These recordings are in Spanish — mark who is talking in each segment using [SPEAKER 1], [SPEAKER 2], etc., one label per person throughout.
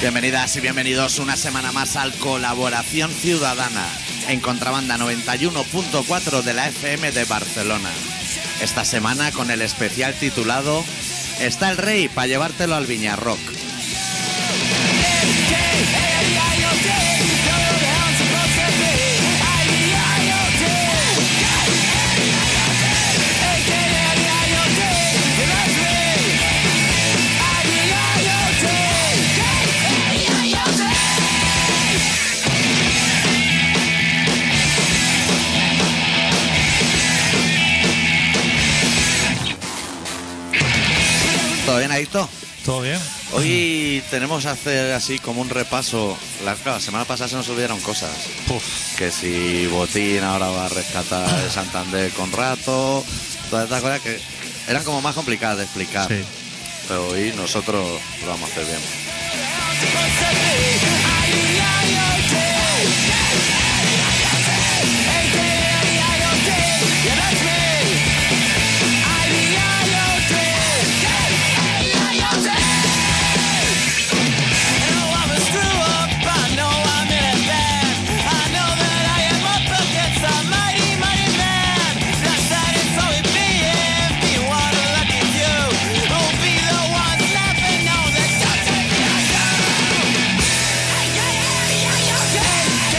[SPEAKER 1] Bienvenidas y bienvenidos una semana más al Colaboración Ciudadana en Contrabanda 91.4 de la FM de Barcelona. Esta semana con el especial titulado Está el Rey para llevártelo al Viñarrock. ¿Todo bien, Adicto?
[SPEAKER 2] ¿Todo bien?
[SPEAKER 1] Hoy tenemos que hacer así como un repaso. La, claro, la semana pasada se nos olvidaron cosas.
[SPEAKER 2] Puf.
[SPEAKER 1] Que si Botín ahora va a rescatar el Santander con rato. Todas estas cosas que eran como más complicadas de explicar.
[SPEAKER 2] Sí.
[SPEAKER 1] Pero hoy nosotros lo vamos a hacer bien.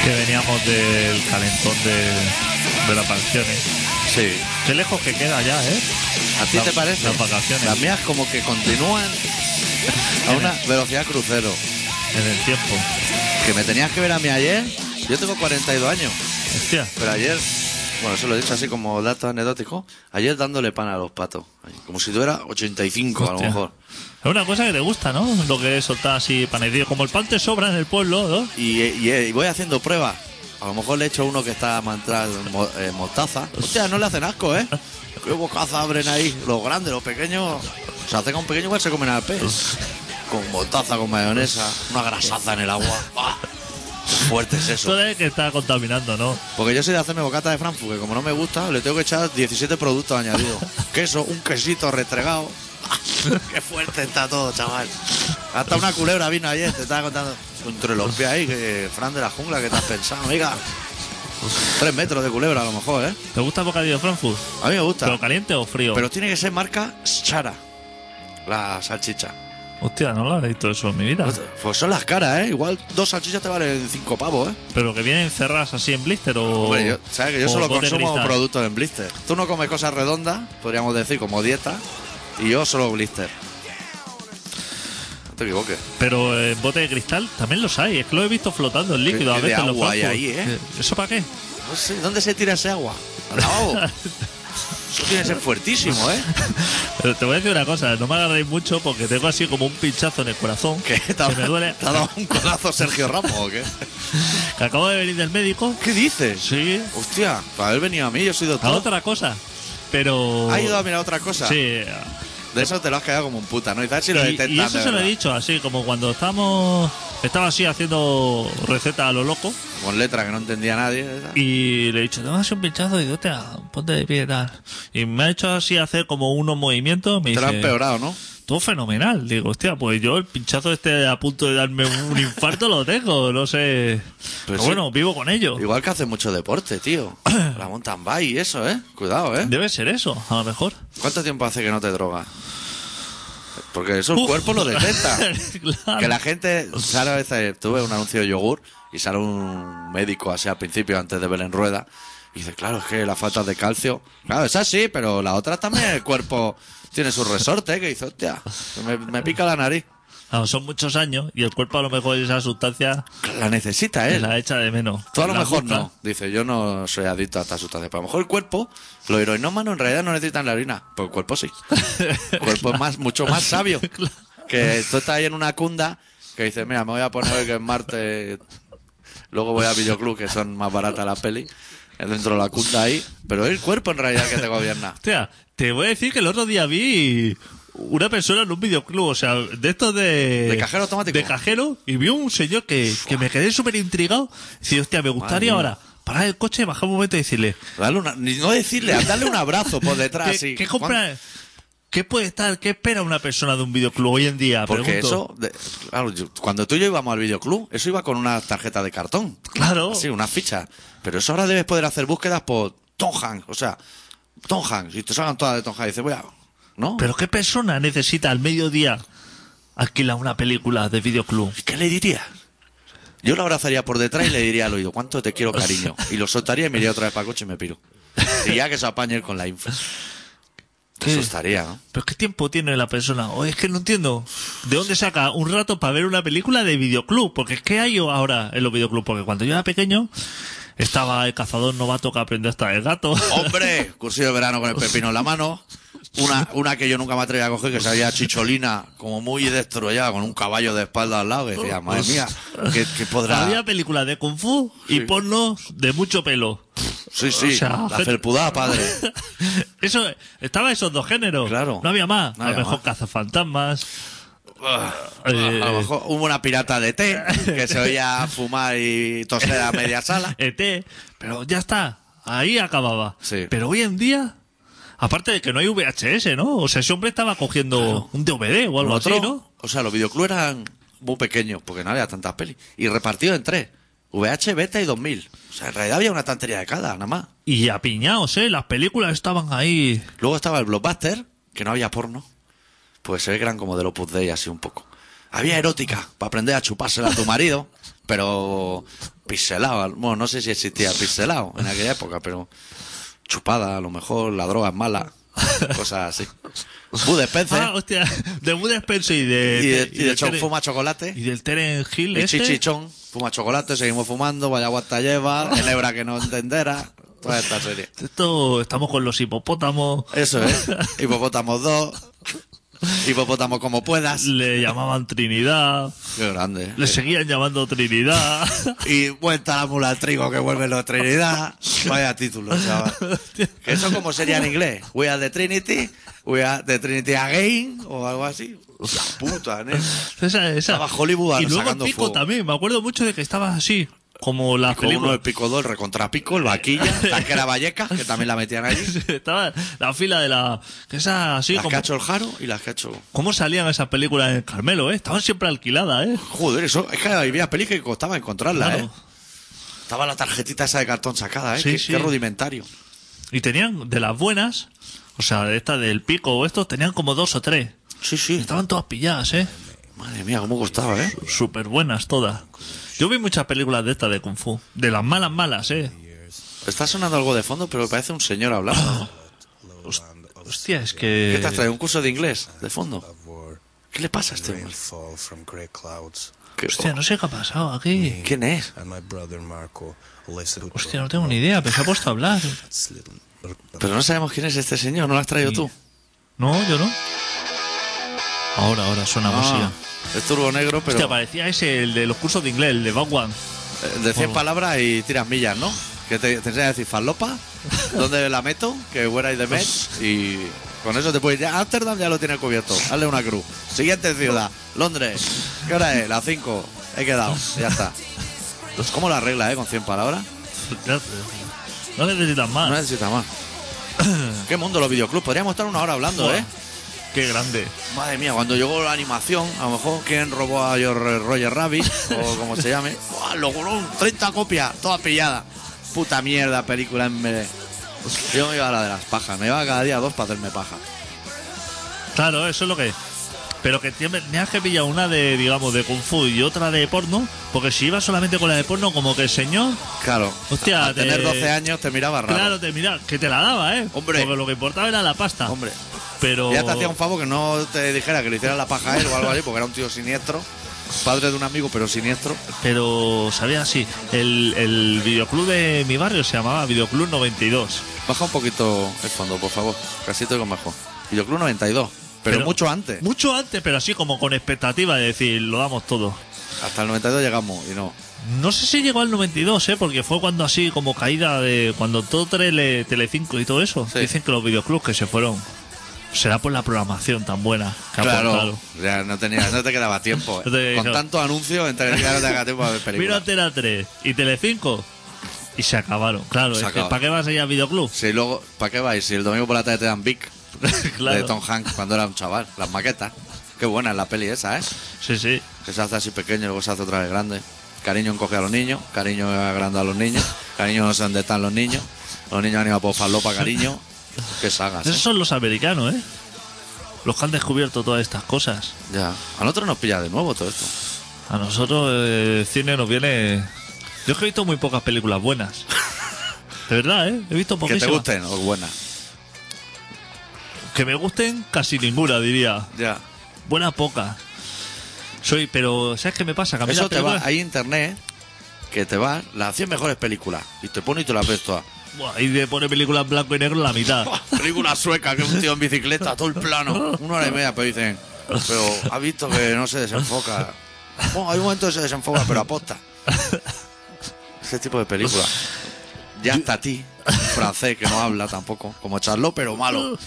[SPEAKER 2] Que veníamos del calentón de, de las vacaciones.
[SPEAKER 1] Sí.
[SPEAKER 2] Qué lejos que queda ya, ¿eh?
[SPEAKER 1] ¿A ti
[SPEAKER 2] La-
[SPEAKER 1] te parece?
[SPEAKER 2] las vacaciones.
[SPEAKER 1] Las mías como que continúan a una velocidad crucero.
[SPEAKER 2] En el tiempo.
[SPEAKER 1] Que me tenías que ver a mí ayer. Yo tengo 42 años.
[SPEAKER 2] Hostia.
[SPEAKER 1] Pero ayer, bueno, eso lo he dicho así como dato anecdótico, ayer dándole pan a los patos, como si tuviera 85 a
[SPEAKER 2] Hostia.
[SPEAKER 1] lo mejor.
[SPEAKER 2] Es una cosa que te gusta, ¿no? Lo que es soltar así panecillo. Como el pan te sobra en el pueblo, ¿no?
[SPEAKER 1] Y, y- y voy haciendo pruebas. A lo mejor le echo uno que está mantras mo- eh, mostaza. Hostia, no le hacen asco, ¿eh? Qué bocaza abren ahí. Los grandes, los pequeños. Se acerca un pequeño igual se comen al pez. Con mostaza, con mayonesa, una grasaza en el agua. ¡Buah! Qué fuerte es eso.
[SPEAKER 2] Todo es que está contaminando, ¿no?
[SPEAKER 1] Porque yo soy de hacerme bocata de Frankfurt, que como no me gusta, le tengo que echar 17 productos añadidos. Queso, un quesito restregado. Qué fuerte está todo, chaval. Hasta una culebra vino ayer, te estaba contando. Entre los pies ahí, que Fran de la jungla, ¿qué te has pensado, amiga? Tres metros de culebra a lo mejor, ¿eh?
[SPEAKER 2] ¿Te gusta el bocadillo de Frankfurt?
[SPEAKER 1] A mí me gusta.
[SPEAKER 2] ¿Pero caliente o frío?
[SPEAKER 1] Pero tiene que ser marca Chara. La salchicha.
[SPEAKER 2] Hostia, no lo habré visto eso en mi vida.
[SPEAKER 1] Pues son las caras, ¿eh? Igual dos salchichas te valen cinco pavos, ¿eh?
[SPEAKER 2] Pero que vienen cerradas así en blister o.
[SPEAKER 1] Hombre, yo- sabes que yo
[SPEAKER 2] o
[SPEAKER 1] solo
[SPEAKER 2] bote
[SPEAKER 1] consumo
[SPEAKER 2] cristal.
[SPEAKER 1] productos en blister. Tú no comes cosas redondas, podríamos decir, como dieta, y yo solo blister. No te equivoques.
[SPEAKER 2] Pero en bote de cristal también los hay. Es que lo he visto flotando en líquido a
[SPEAKER 1] qué de
[SPEAKER 2] veces en los
[SPEAKER 1] agua hay
[SPEAKER 2] Frankfurt.
[SPEAKER 1] ahí, eh?
[SPEAKER 2] ¿Eso para qué?
[SPEAKER 1] No sé, ¿dónde se tira ese agua? Al lavabo. Eso tiene que ser fuertísimo, ¿eh?
[SPEAKER 2] Pero te voy a decir una cosa, no me agarréis mucho porque tengo así como un pinchazo en el corazón.
[SPEAKER 1] ¿Qué? ¿Te ha,
[SPEAKER 2] Que me duele.
[SPEAKER 1] te ha dado un codazo Sergio Ramos o qué?
[SPEAKER 2] Que acabo de venir del médico.
[SPEAKER 1] ¿Qué dices?
[SPEAKER 2] Sí.
[SPEAKER 1] Hostia, para haber venido a mí, yo soy
[SPEAKER 2] A
[SPEAKER 1] doctor.
[SPEAKER 2] otra cosa. Pero.
[SPEAKER 1] ¿Has ido a mirar otra cosa?
[SPEAKER 2] Sí.
[SPEAKER 1] De eso te lo has quedado como un puta, ¿no? Y, tal, si lo
[SPEAKER 2] Y- y,
[SPEAKER 1] detectan
[SPEAKER 2] eso
[SPEAKER 1] de
[SPEAKER 2] se lo he
[SPEAKER 1] verdad.
[SPEAKER 2] dicho así, como cuando estamos. Estaba así haciendo recetas a lo loco.
[SPEAKER 1] Con letra que no entendía nadie. ¿verdad?
[SPEAKER 2] Y le he dicho, toma así un pinchazo y hostia, ponte de pie y tal. Y me ha hecho así hacer como unos movimientos. Me
[SPEAKER 1] Te lo han
[SPEAKER 2] dice,
[SPEAKER 1] empeorado, ¿no?
[SPEAKER 2] Todo fenomenal. Digo, hostia, pues yo el pinchazo este a punto de darme un infarto lo tengo, no sé. Pero
[SPEAKER 1] Pues sí.
[SPEAKER 2] bueno, vivo con ello.
[SPEAKER 1] Igual que hace mucho deporte, tío. La mountain bike y eso, ¿eh? Cuidado, ¿eh?
[SPEAKER 2] Debe ser eso, a lo mejor.
[SPEAKER 1] ¿Cuánto tiempo hace que no te drogas? Porque eso el
[SPEAKER 2] Uf.
[SPEAKER 1] cuerpo lo detecta.
[SPEAKER 2] Claro.
[SPEAKER 1] que la gente... Sale a veces... Tuve un anuncio de yogur y sale un médico así al principio, antes de Belén Rueda, y dice, claro, es que la falta de calcio... Claro, esa sí, pero la otra también el cuerpo tiene su resorte, ¿eh? que dice, hostia, me, me pica la nariz.
[SPEAKER 2] Claro, son muchos años y el cuerpo a lo mejor esa sustancia
[SPEAKER 1] La necesita él.
[SPEAKER 2] la echa de menos.
[SPEAKER 1] Eh. Tú a lo
[SPEAKER 2] La
[SPEAKER 1] mejor
[SPEAKER 2] gusta.
[SPEAKER 1] no. Dice, yo no soy adicto a estas sustancias. Pero a lo mejor el cuerpo, los heroinómanos en realidad no necesitan la heroína. Pues el cuerpo sí. El cuerpo es más, mucho más sabio. Que tú estás ahí en una cunda que dices, mira, me voy a poner hoy que es martes. Luego voy a Videoclub, que son más baratas las pelis. Dentro de la cunda ahí. Pero es el cuerpo en realidad que te gobierna.
[SPEAKER 2] Hostia, te voy a decir que el otro día vi una persona en un videoclub, o sea, de estos de...
[SPEAKER 1] De cajero automático.
[SPEAKER 2] De cajero, y vi un señor que, que me quedé súper intrigado. Dice, hostia, me gustaría
[SPEAKER 1] Madre
[SPEAKER 2] ahora parar el coche, bajar un momento y decirle...
[SPEAKER 1] Dale una- ni- no decirle, darle un abrazo por detrás.
[SPEAKER 2] ¿Qué,
[SPEAKER 1] y-
[SPEAKER 2] qué compra- ¿Qué puede estar, qué espera una persona de un videoclub hoy en día?
[SPEAKER 1] Porque eso,
[SPEAKER 2] Pregunto.
[SPEAKER 1] de- claro, yo- cuando tú y yo íbamos al videoclub, eso iba con una tarjeta de cartón.
[SPEAKER 2] Claro.
[SPEAKER 1] Sí, una ficha. Pero eso ahora debes poder hacer búsquedas por Tom Hanks. O sea, Tom Hanks. Y te salgan todas de Tom Hanks. Y dices, voy a. ¿No?
[SPEAKER 2] ¿Pero qué persona necesita al mediodía alquilar una película de videoclub?
[SPEAKER 1] ¿Qué le diría? Yo la abrazaría por detrás y le diría al oído, ¿cuánto te quiero, cariño? Y lo soltaría y me iría otra vez para el coche y me piro. Y ya que se apañe él con la info.
[SPEAKER 2] ¿Qué?
[SPEAKER 1] Eso estaría, ¿no?
[SPEAKER 2] ¿Pero qué tiempo tiene la persona? O es que no entiendo. ¿De dónde saca un rato para ver una película de videoclub? Porque es que hay ahora en los videoclubs. Porque cuando yo era pequeño, estaba el cazador novato que aprendió hasta el gato.
[SPEAKER 1] ¡Hombre! Cursillo de verano con el pepino en la mano. Una, una que yo nunca me atreví a coger, que salía chicholina, como muy destrollada, con un caballo de espalda al lado. Que decía, madre mía, que, que podrá.
[SPEAKER 2] Había películas de kung fu y
[SPEAKER 1] Sí.
[SPEAKER 2] pornos de mucho pelo.
[SPEAKER 1] Sí, sí,
[SPEAKER 2] o sea,
[SPEAKER 1] la felpudada, padre.
[SPEAKER 2] Eso, estaba esos dos géneros.
[SPEAKER 1] Claro.
[SPEAKER 2] No había más.
[SPEAKER 1] No
[SPEAKER 2] a lo
[SPEAKER 1] había
[SPEAKER 2] mejor
[SPEAKER 1] más. Ah,
[SPEAKER 2] cazafantasmas. eh,
[SPEAKER 1] A lo mejor hubo una pirata de té que se oía fumar y toser a media sala.
[SPEAKER 2] ET, E pero ya está, ahí acababa.
[SPEAKER 1] Sí.
[SPEAKER 2] Pero hoy en día, aparte de que no hay VHS, ¿no? O sea, ese hombre estaba cogiendo un DVD o algo
[SPEAKER 1] Nosotros,
[SPEAKER 2] así, ¿no?
[SPEAKER 1] O sea, los videoclubs eran muy pequeños, porque no había tantas pelis. Y repartidos en tres. VH, Beta y 2000. O sea, en realidad había una tantería de cada, nada más.
[SPEAKER 2] Y apiñados, ¿eh? Las películas estaban ahí.
[SPEAKER 1] Luego estaba el Blockbuster, que no había porno. Pues se ve que eran como del Opus Dei, así un poco. Había erótica, para aprender a chupársela a tu marido, pero pixelado. Bueno, no sé si existía pixelado en aquella época, pero chupada, a lo mejor, la droga es mala, cosas así. Bud Spencer
[SPEAKER 2] Ah, hostia, de Bud Spencer y de...
[SPEAKER 1] y de,
[SPEAKER 2] y
[SPEAKER 1] y de
[SPEAKER 2] del
[SPEAKER 1] Chon
[SPEAKER 2] Terence-
[SPEAKER 1] fuma chocolate.
[SPEAKER 2] y del Terence Hill este.
[SPEAKER 1] El
[SPEAKER 2] ese.
[SPEAKER 1] chichichón, fuma chocolate, seguimos fumando, vaya guata lleva, enebra que no entenderá, toda esta serie.
[SPEAKER 2] Esto, estamos con los hipopótamos.
[SPEAKER 1] Eso es, hipopótamos dos, hipopótamos como puedas.
[SPEAKER 2] Le llamaban Trinidad,
[SPEAKER 1] Qué grande.
[SPEAKER 2] le seguían llamando Trinidad.
[SPEAKER 1] Y vuelta la mula al trigo que vuelve la Trinidad. Vaya título, chaval. Que Eso como sería en inglés. We are the Trinity, we are the Trinity again, o algo así. La puta, ¿eh?
[SPEAKER 2] Esa, esa.
[SPEAKER 1] Estaba Hollywood
[SPEAKER 2] y luego el
[SPEAKER 1] sacando
[SPEAKER 2] pico
[SPEAKER 1] fuego.
[SPEAKER 2] también, me acuerdo mucho de que estaba así, como las
[SPEAKER 1] Con uno
[SPEAKER 2] películas.
[SPEAKER 1] el pico dos, el recontrapico, el vaquilla, la que era valleca, que también la metían allí.
[SPEAKER 2] Estaba la fila de la. que esa así
[SPEAKER 1] Las que
[SPEAKER 2] como.
[SPEAKER 1] ha hecho el Jaro y las que ha hecho...
[SPEAKER 2] ¿Cómo salían esas películas en Carmelo, eh? Estaban siempre alquiladas, eh.
[SPEAKER 1] Joder, eso, es que había pelis que costaba encontrarla,
[SPEAKER 2] Claro.
[SPEAKER 1] ¿eh? Estaba la tarjetita esa de cartón sacada, ¿eh?
[SPEAKER 2] Sí,
[SPEAKER 1] qué,
[SPEAKER 2] sí.
[SPEAKER 1] qué rudimentario.
[SPEAKER 2] Y tenían de las buenas, o sea, de estas del pico o estos, tenían como dos o tres.
[SPEAKER 1] Sí, sí.
[SPEAKER 2] Estaban todas pilladas, eh.
[SPEAKER 1] Madre mía, cómo costaba, ¿eh?
[SPEAKER 2] Súper buenas todas. Yo vi muchas películas de estas de Kung Fu. De las malas, malas, eh.
[SPEAKER 1] Está sonando algo de fondo, pero parece un señor hablando. ¿no?
[SPEAKER 2] Hostia, es
[SPEAKER 1] ¿Qué
[SPEAKER 2] que.
[SPEAKER 1] te has traído? ¿Un curso de inglés de fondo?
[SPEAKER 3] of war,
[SPEAKER 1] ¿Qué le pasa a este hombre?
[SPEAKER 3] rainfall from grey clouds,
[SPEAKER 1] ¿Qué-
[SPEAKER 2] Hostia, no sé qué ha pasado aquí.
[SPEAKER 1] ¿Quién es?
[SPEAKER 3] and my brother Marco listened
[SPEAKER 2] Hostia, no tengo ni idea, pero se ha puesto a hablar.
[SPEAKER 3] its little
[SPEAKER 1] Pero no sabemos quién es este señor, ¿no lo has traído tú?
[SPEAKER 2] No, yo no. Ahora, ahora suena
[SPEAKER 1] Ah,
[SPEAKER 2] música.
[SPEAKER 1] es turbo negro, pero
[SPEAKER 2] Hostia, parecía ese, el de los cursos de inglés, el de Bad One.
[SPEAKER 1] eh, de 100 palabras y tiras millas, ¿no? Que te, te enseña a decir falopa, ¿dónde la meto? Que where I the met y con eso te puedes ir. Ya, Amsterdam ya lo tiene cubierto, hazle una cruz. Siguiente ciudad, Londres. ¿Qué hora es? Las 5. He quedado, ya está. ¿Cómo la arregla, eh? Con 100 palabras.
[SPEAKER 2] Ya- No necesitas más.
[SPEAKER 1] No necesita más. Qué mundo los videoclubs. Podríamos estar una hora hablando,
[SPEAKER 2] Buah,
[SPEAKER 1] ¿eh?
[SPEAKER 2] Qué grande.
[SPEAKER 1] Madre mía, cuando llegó la animación, a lo mejor quién robó a Yo- Roger Rabbit o como se llame. ¡Buah, logró un 30 copias, todas pilladas. Puta mierda, película en vez de- Yo me iba a la de las pajas, me iba cada día a dos para hacerme paja.
[SPEAKER 2] Claro, eso es lo que. Pero que tienes- tenías que pillar una de, digamos, de Kung Fu y otra de porno, porque si ibas solamente con la de porno, como que el señor.
[SPEAKER 1] Claro.
[SPEAKER 2] Hostia,
[SPEAKER 1] al tener
[SPEAKER 2] te-
[SPEAKER 1] 12 años te miraba raro.
[SPEAKER 2] Claro, te mira, que te la daba, ¿eh?
[SPEAKER 1] Hombre.
[SPEAKER 2] Porque lo que importaba era la pasta.
[SPEAKER 1] Hombre.
[SPEAKER 2] Pero.
[SPEAKER 1] Ya te hacía un favor que no te dijera que le hiciera la paja a él o algo así, porque era un tío siniestro, padre de un amigo, pero siniestro.
[SPEAKER 2] Pero, ¿sabías? Sí, el, el videoclub de mi barrio se llamaba Videoclub 92.
[SPEAKER 1] Baja un poquito el fondo, por favor. Casi te con mejor. Videoclub 92, pero, mucho antes.
[SPEAKER 2] Mucho antes, pero así como con expectativa de decir, lo damos todo.
[SPEAKER 1] Hasta el 92 llegamos y no.
[SPEAKER 2] No sé si llegó al 92, ¿eh? Porque fue cuando así, como caída de... Cuando todo Tele, Telecinco y todo eso.
[SPEAKER 1] Sí.
[SPEAKER 2] Dicen que los videoclubs que se fueron... Será por la programación tan buena que ha
[SPEAKER 1] Claro,
[SPEAKER 2] aportado.
[SPEAKER 1] ya no, tenía, no te quedaba tiempo. eh.
[SPEAKER 2] No te-
[SPEAKER 1] Con
[SPEAKER 2] no.
[SPEAKER 1] tantos anuncios, entre ya no te quedaba tiempo a ver
[SPEAKER 2] Mira
[SPEAKER 1] películas.
[SPEAKER 2] Antena 3 y Telecinco y se acabaron. Claro,
[SPEAKER 1] Se
[SPEAKER 2] es que
[SPEAKER 1] acabaron.
[SPEAKER 2] ¿para qué vas a ir al videoclub?
[SPEAKER 1] Si luego, ¿para qué vais? Si el domingo por la tarde te dan Vic,
[SPEAKER 2] Claro.
[SPEAKER 1] de Tom Hanks cuando era un chaval, las maquetas. Qué buena es la peli esa, ¿eh?
[SPEAKER 2] Sí, sí.
[SPEAKER 1] Que se hace así pequeño y luego se hace otra vez grande. Cariño encoge a los niños, cariño agranda a los niños, cariño no sé dónde están los niños, los niños han ido a por falopa, cariño. Qué sagas, ¿eh?
[SPEAKER 2] Esos son los americanos, ¿eh? Los que han descubierto todas estas cosas.
[SPEAKER 1] Ya. A nosotros nos pilla de nuevo todo esto.
[SPEAKER 2] A nosotros eh, el cine nos viene... Yo es que he visto muy pocas películas buenas. De verdad, ¿eh? He visto
[SPEAKER 1] Que
[SPEAKER 2] poquísimas.
[SPEAKER 1] te gusten, o buena.
[SPEAKER 2] Que me gusten casi ninguna, diría.
[SPEAKER 1] Ya.
[SPEAKER 2] Buena poca. Soy, pero ¿sabes qué me pasa? Que a mí
[SPEAKER 1] Eso
[SPEAKER 2] las
[SPEAKER 1] te va,
[SPEAKER 2] películas-
[SPEAKER 1] hay internet que te va las 100 mejores películas y te pone y te las ves todas.
[SPEAKER 2] Buah, Y de pone películas en blanco y negro en la mitad.
[SPEAKER 1] ¡Buah! Película sueca, que es un tío en bicicleta, todo el plano, una hora y media, pero dicen, pero ha visto que no se desenfoca. Bueno, hay un momento que se desenfoca, pero aposta. Ese tipo de película. Ya hasta ti, francés que no habla tampoco, como Charlot, pero malo.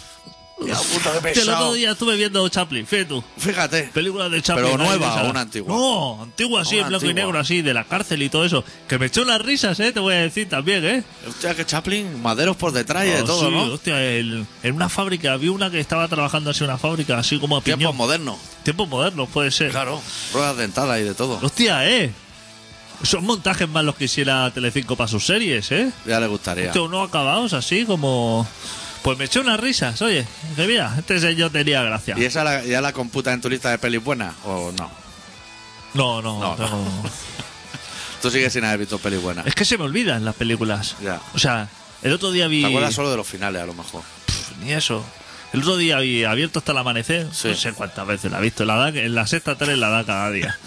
[SPEAKER 1] Ya, puta, qué
[SPEAKER 2] Que El otro
[SPEAKER 1] pesado.
[SPEAKER 2] día estuve viendo Chaplin, fíjate tú.
[SPEAKER 1] Fíjate.
[SPEAKER 2] Película de Chaplin.
[SPEAKER 1] ¿Pero
[SPEAKER 2] ¿no?
[SPEAKER 1] nueva
[SPEAKER 2] Esa.
[SPEAKER 1] o una antigua?
[SPEAKER 2] No, antigua sí,
[SPEAKER 1] Una
[SPEAKER 2] en blanco
[SPEAKER 1] antigua.
[SPEAKER 2] y negro así, de la cárcel y todo eso. Que me echó unas risas, eh, te voy a decir también, eh.
[SPEAKER 1] Hostia, que Chaplin, maderos por detrás y de
[SPEAKER 2] Oh,
[SPEAKER 1] todo,
[SPEAKER 2] sí,
[SPEAKER 1] ¿no?
[SPEAKER 2] hostia, el- en una fábrica, vi una que estaba trabajando así en una fábrica, así como a
[SPEAKER 1] Tiempos
[SPEAKER 2] piñón.
[SPEAKER 1] modernos.
[SPEAKER 2] Tiempos modernos, puede ser.
[SPEAKER 1] Claro. Ruedas dentadas y de todo.
[SPEAKER 2] Hostia, eh. Son montajes más los que hiciera Telecinco para sus series, eh.
[SPEAKER 1] Ya le gustaría.
[SPEAKER 2] Hostia, no acabados así como... Pues me echó unas risas, oye. Que mira, este señor tenía gracia.
[SPEAKER 1] ¿Y esa la- ya la computa en tu lista de pelis buenas o no?
[SPEAKER 2] No, no,
[SPEAKER 1] No,
[SPEAKER 2] no.
[SPEAKER 1] no. Tú sigues sin haber visto pelis buenas.
[SPEAKER 2] Es que se me olvidan las películas.
[SPEAKER 1] Ya.
[SPEAKER 2] O sea, el otro día vi...
[SPEAKER 1] Te acuerdas solo de los finales, a lo mejor.
[SPEAKER 2] Pf, Ni eso. El otro día vi Abierto hasta el amanecer.
[SPEAKER 1] Sí.
[SPEAKER 2] No sé cuántas veces la he visto. La da- en la sexta tele la da cada día.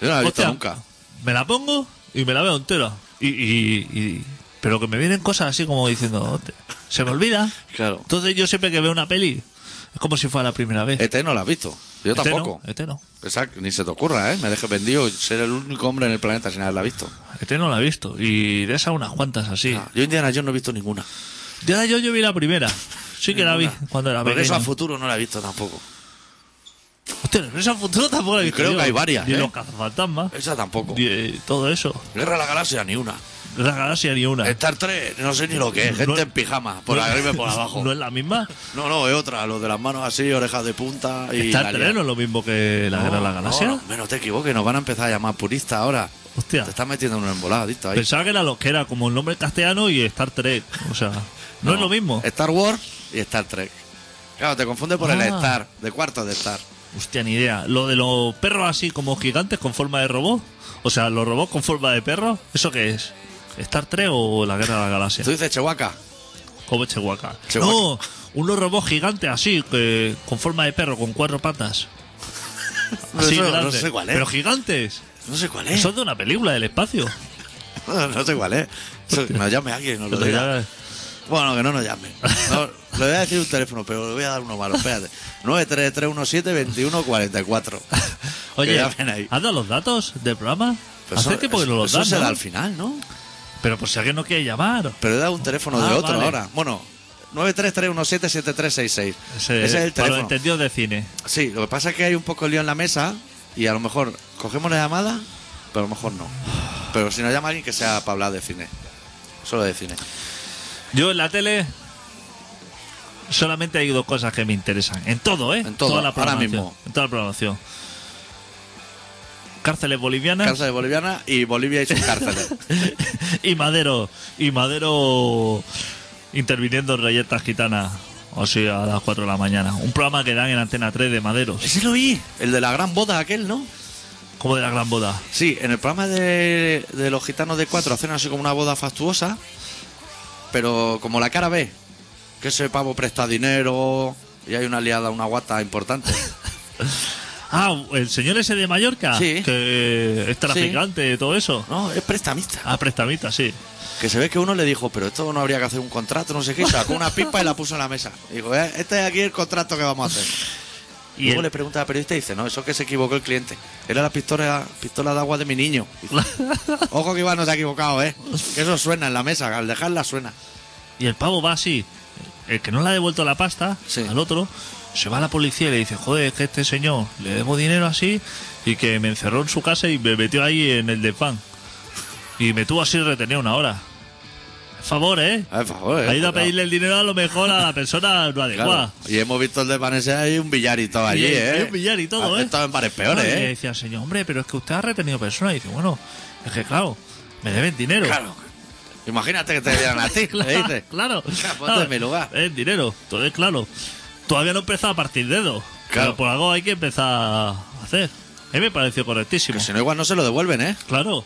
[SPEAKER 1] Yo no la he visto
[SPEAKER 2] Hostia,
[SPEAKER 1] nunca.
[SPEAKER 2] Me la pongo y me la veo entera. Y, y- y- pero que me vienen cosas así como diciendo, "Hostia, se me olvida.
[SPEAKER 1] Claro.
[SPEAKER 2] Entonces yo siempre que veo una peli, es como si fuera la primera vez.
[SPEAKER 1] Este no la has visto. Yo
[SPEAKER 2] Este no,
[SPEAKER 1] tampoco.
[SPEAKER 2] Este no.
[SPEAKER 1] Esa- ni se te ocurra, ¿eh? Me dejes vendido ser el único hombre en el planeta sin haberla visto.
[SPEAKER 2] Este no la he visto. Y de esas unas cuantas así.
[SPEAKER 1] Ah, yo Indiana Jones no he visto ninguna.
[SPEAKER 2] Ya yo, yo vi la primera. Sí que la vi
[SPEAKER 1] Ninguna.
[SPEAKER 2] cuando era
[SPEAKER 1] Regreso
[SPEAKER 2] pequeño.
[SPEAKER 1] a futuro no la he visto tampoco.
[SPEAKER 2] Hostia, Regreso al futuro tampoco la he
[SPEAKER 1] Y
[SPEAKER 2] visto
[SPEAKER 1] creo
[SPEAKER 2] yo.
[SPEAKER 1] que hay varias,
[SPEAKER 2] Y
[SPEAKER 1] ¿eh?
[SPEAKER 2] los cazafantasmas.
[SPEAKER 1] Esa tampoco.
[SPEAKER 2] Y, eh, todo eso.
[SPEAKER 1] Guerra de la Galaxia ni una.
[SPEAKER 2] De la galaxia ni una.
[SPEAKER 1] Star 3, no sé ni lo que es. Gente
[SPEAKER 2] No-
[SPEAKER 1] en pijama, por
[SPEAKER 2] No-
[SPEAKER 1] arriba y por abajo.
[SPEAKER 2] ¿No es la misma?
[SPEAKER 1] No, no, es otra. Los de las manos así, orejas de punta y...
[SPEAKER 2] Star
[SPEAKER 1] la
[SPEAKER 2] Trek
[SPEAKER 1] lia.
[SPEAKER 2] no es lo mismo que la Guerra de la Galaxia.
[SPEAKER 1] No, no, hombre, no te equivoques, nos van a empezar a llamar puristas ahora.
[SPEAKER 2] Hostia.
[SPEAKER 1] Te estás metiendo en un emboladito ahí.
[SPEAKER 2] Pensaba que era lo que era como el nombre castellano y Star Trek. O sea, no, es lo mismo.
[SPEAKER 1] Star Wars y Star Trek. Claro, te confunde por el
[SPEAKER 2] Ah.
[SPEAKER 1] Star, de cuarto de Star.
[SPEAKER 2] Hostia, ni idea. Lo de los perros así como gigantes con forma de robot. O sea, los robots con forma de perro. ¿Eso qué es? ¿Star Trek o la Guerra de la Galaxia?
[SPEAKER 1] Tú dices Chewbacca.
[SPEAKER 2] Como Chewbacca.
[SPEAKER 1] Chewbacca.
[SPEAKER 2] No, unos robots gigantes así, que, con forma de perro, con cuatro patas. Así
[SPEAKER 1] Eso no
[SPEAKER 2] grandes.
[SPEAKER 1] sé cuál es. ¿Eh?
[SPEAKER 2] Pero gigantes.
[SPEAKER 1] No sé cuál es.
[SPEAKER 2] Son de una película del espacio.
[SPEAKER 1] No sé cuál es. Eso, que nos llame alguien, nos Pues lo
[SPEAKER 2] Pero
[SPEAKER 1] diga.
[SPEAKER 2] ya-
[SPEAKER 1] Bueno, que no nos llame. No, le voy a decir un teléfono, pero le voy a dar uno malo. Espérate. 933172144.
[SPEAKER 2] Oye,
[SPEAKER 1] llamen ahí.
[SPEAKER 2] ¿has dado los datos del programa?
[SPEAKER 1] Pero
[SPEAKER 2] Hace
[SPEAKER 1] eso-
[SPEAKER 2] tiempo que no los
[SPEAKER 1] Eso
[SPEAKER 2] das,
[SPEAKER 1] se da
[SPEAKER 2] ¿no?
[SPEAKER 1] al final, ¿no?
[SPEAKER 2] Pero por si alguien no quiere llamar.
[SPEAKER 1] Pero he dado un teléfono de
[SPEAKER 2] Ah,
[SPEAKER 1] otro
[SPEAKER 2] vale.
[SPEAKER 1] ahora. Bueno, 933177366. Ese, es el
[SPEAKER 2] Para los
[SPEAKER 1] teléfono.
[SPEAKER 2] entendidos de cine.
[SPEAKER 1] Sí, lo que pasa es que hay un poco lío en la mesa y a lo mejor cogemos la llamada, pero a lo mejor no. Pero si nos llama alguien que sea para hablar de cine. Solo de cine.
[SPEAKER 2] Yo en la tele solamente hay dos cosas que me interesan. En todo, ¿eh?
[SPEAKER 1] En todo,
[SPEAKER 2] Toda la
[SPEAKER 1] ahora
[SPEAKER 2] programación,
[SPEAKER 1] mismo.
[SPEAKER 2] En toda la programación. Cárceles bolivianas
[SPEAKER 1] Cárceles boliviana y Bolivia y sus cárceles.
[SPEAKER 2] y Madero. Y Madero interviniendo en Rayetas Gitanas. O sea, a las 4 de la mañana. Un programa que dan en Antena 3 de Maderos.
[SPEAKER 1] Ese lo oí. El de la gran boda aquel, ¿no?
[SPEAKER 2] Como de la gran boda.
[SPEAKER 1] Sí, en el programa de, de los gitanos de cuatro hacen así como una boda fastuosa, pero como la cara ve, que ese pavo presta dinero y hay una liada, una guata importante.
[SPEAKER 2] Ah, el señor ese de Mallorca.
[SPEAKER 1] Sí.
[SPEAKER 2] Que es traficante y todo eso.
[SPEAKER 1] No, es prestamista.
[SPEAKER 2] Ah, prestamita, sí.
[SPEAKER 1] Que se ve que uno le dijo, pero esto no habría que hacer un contrato, no sé qué. y Sacó una pipa y la puso en la mesa. Y Dijo, "Eh, este es aquí el contrato que vamos a hacer. Y
[SPEAKER 2] Y
[SPEAKER 1] luego
[SPEAKER 2] el-
[SPEAKER 1] le pregunta al periodista y dice, no, eso es que se equivocó el cliente. Era la pistola, pistola de agua de mi niño. Y dice, Ojo que Iván no se ha equivocado, ¿eh? Que eso suena en la mesa, al dejarla suena.
[SPEAKER 2] Y el pavo va así. El que no le ha devuelto la pasta
[SPEAKER 1] Sí.
[SPEAKER 2] al otro, se va a la policía y le dice, joder, es que este señor le debo dinero así y que me encerró en su casa y me metió ahí en el desván. Y me tuvo así retenido una hora. Por favor, ¿eh?
[SPEAKER 1] A ver, por favor, eh,
[SPEAKER 2] Ha ido
[SPEAKER 1] cuidado.
[SPEAKER 2] a pedirle el dinero a lo mejor a la persona no
[SPEAKER 1] Claro.
[SPEAKER 2] adecuada.
[SPEAKER 1] Y hemos visto el de Vanessa y un billar y todo allí,
[SPEAKER 2] Y- y
[SPEAKER 1] ¿eh?
[SPEAKER 2] un billar y todo,
[SPEAKER 1] Han
[SPEAKER 2] ¿eh?
[SPEAKER 1] estado en bares peores,
[SPEAKER 2] Claro, y le
[SPEAKER 1] ¿eh?
[SPEAKER 2] decía al señor, hombre, pero es que usted ha retenido personas. Y dice, bueno, es que claro, me deben dinero.
[SPEAKER 1] Claro. Imagínate que te dieran a ti,
[SPEAKER 2] claro,
[SPEAKER 1] ¿le dices?
[SPEAKER 2] claro.
[SPEAKER 1] Ya, ponte
[SPEAKER 2] Claro,
[SPEAKER 1] en mi lugar.
[SPEAKER 2] Es dinero, todo es claro. Todavía no he empezado a partir dedos.
[SPEAKER 1] Claro.
[SPEAKER 2] Pero por algo hay que empezar a hacer. A mí me pareció correctísimo.
[SPEAKER 1] Que si no, igual no se lo devuelven, ¿eh?
[SPEAKER 2] Claro.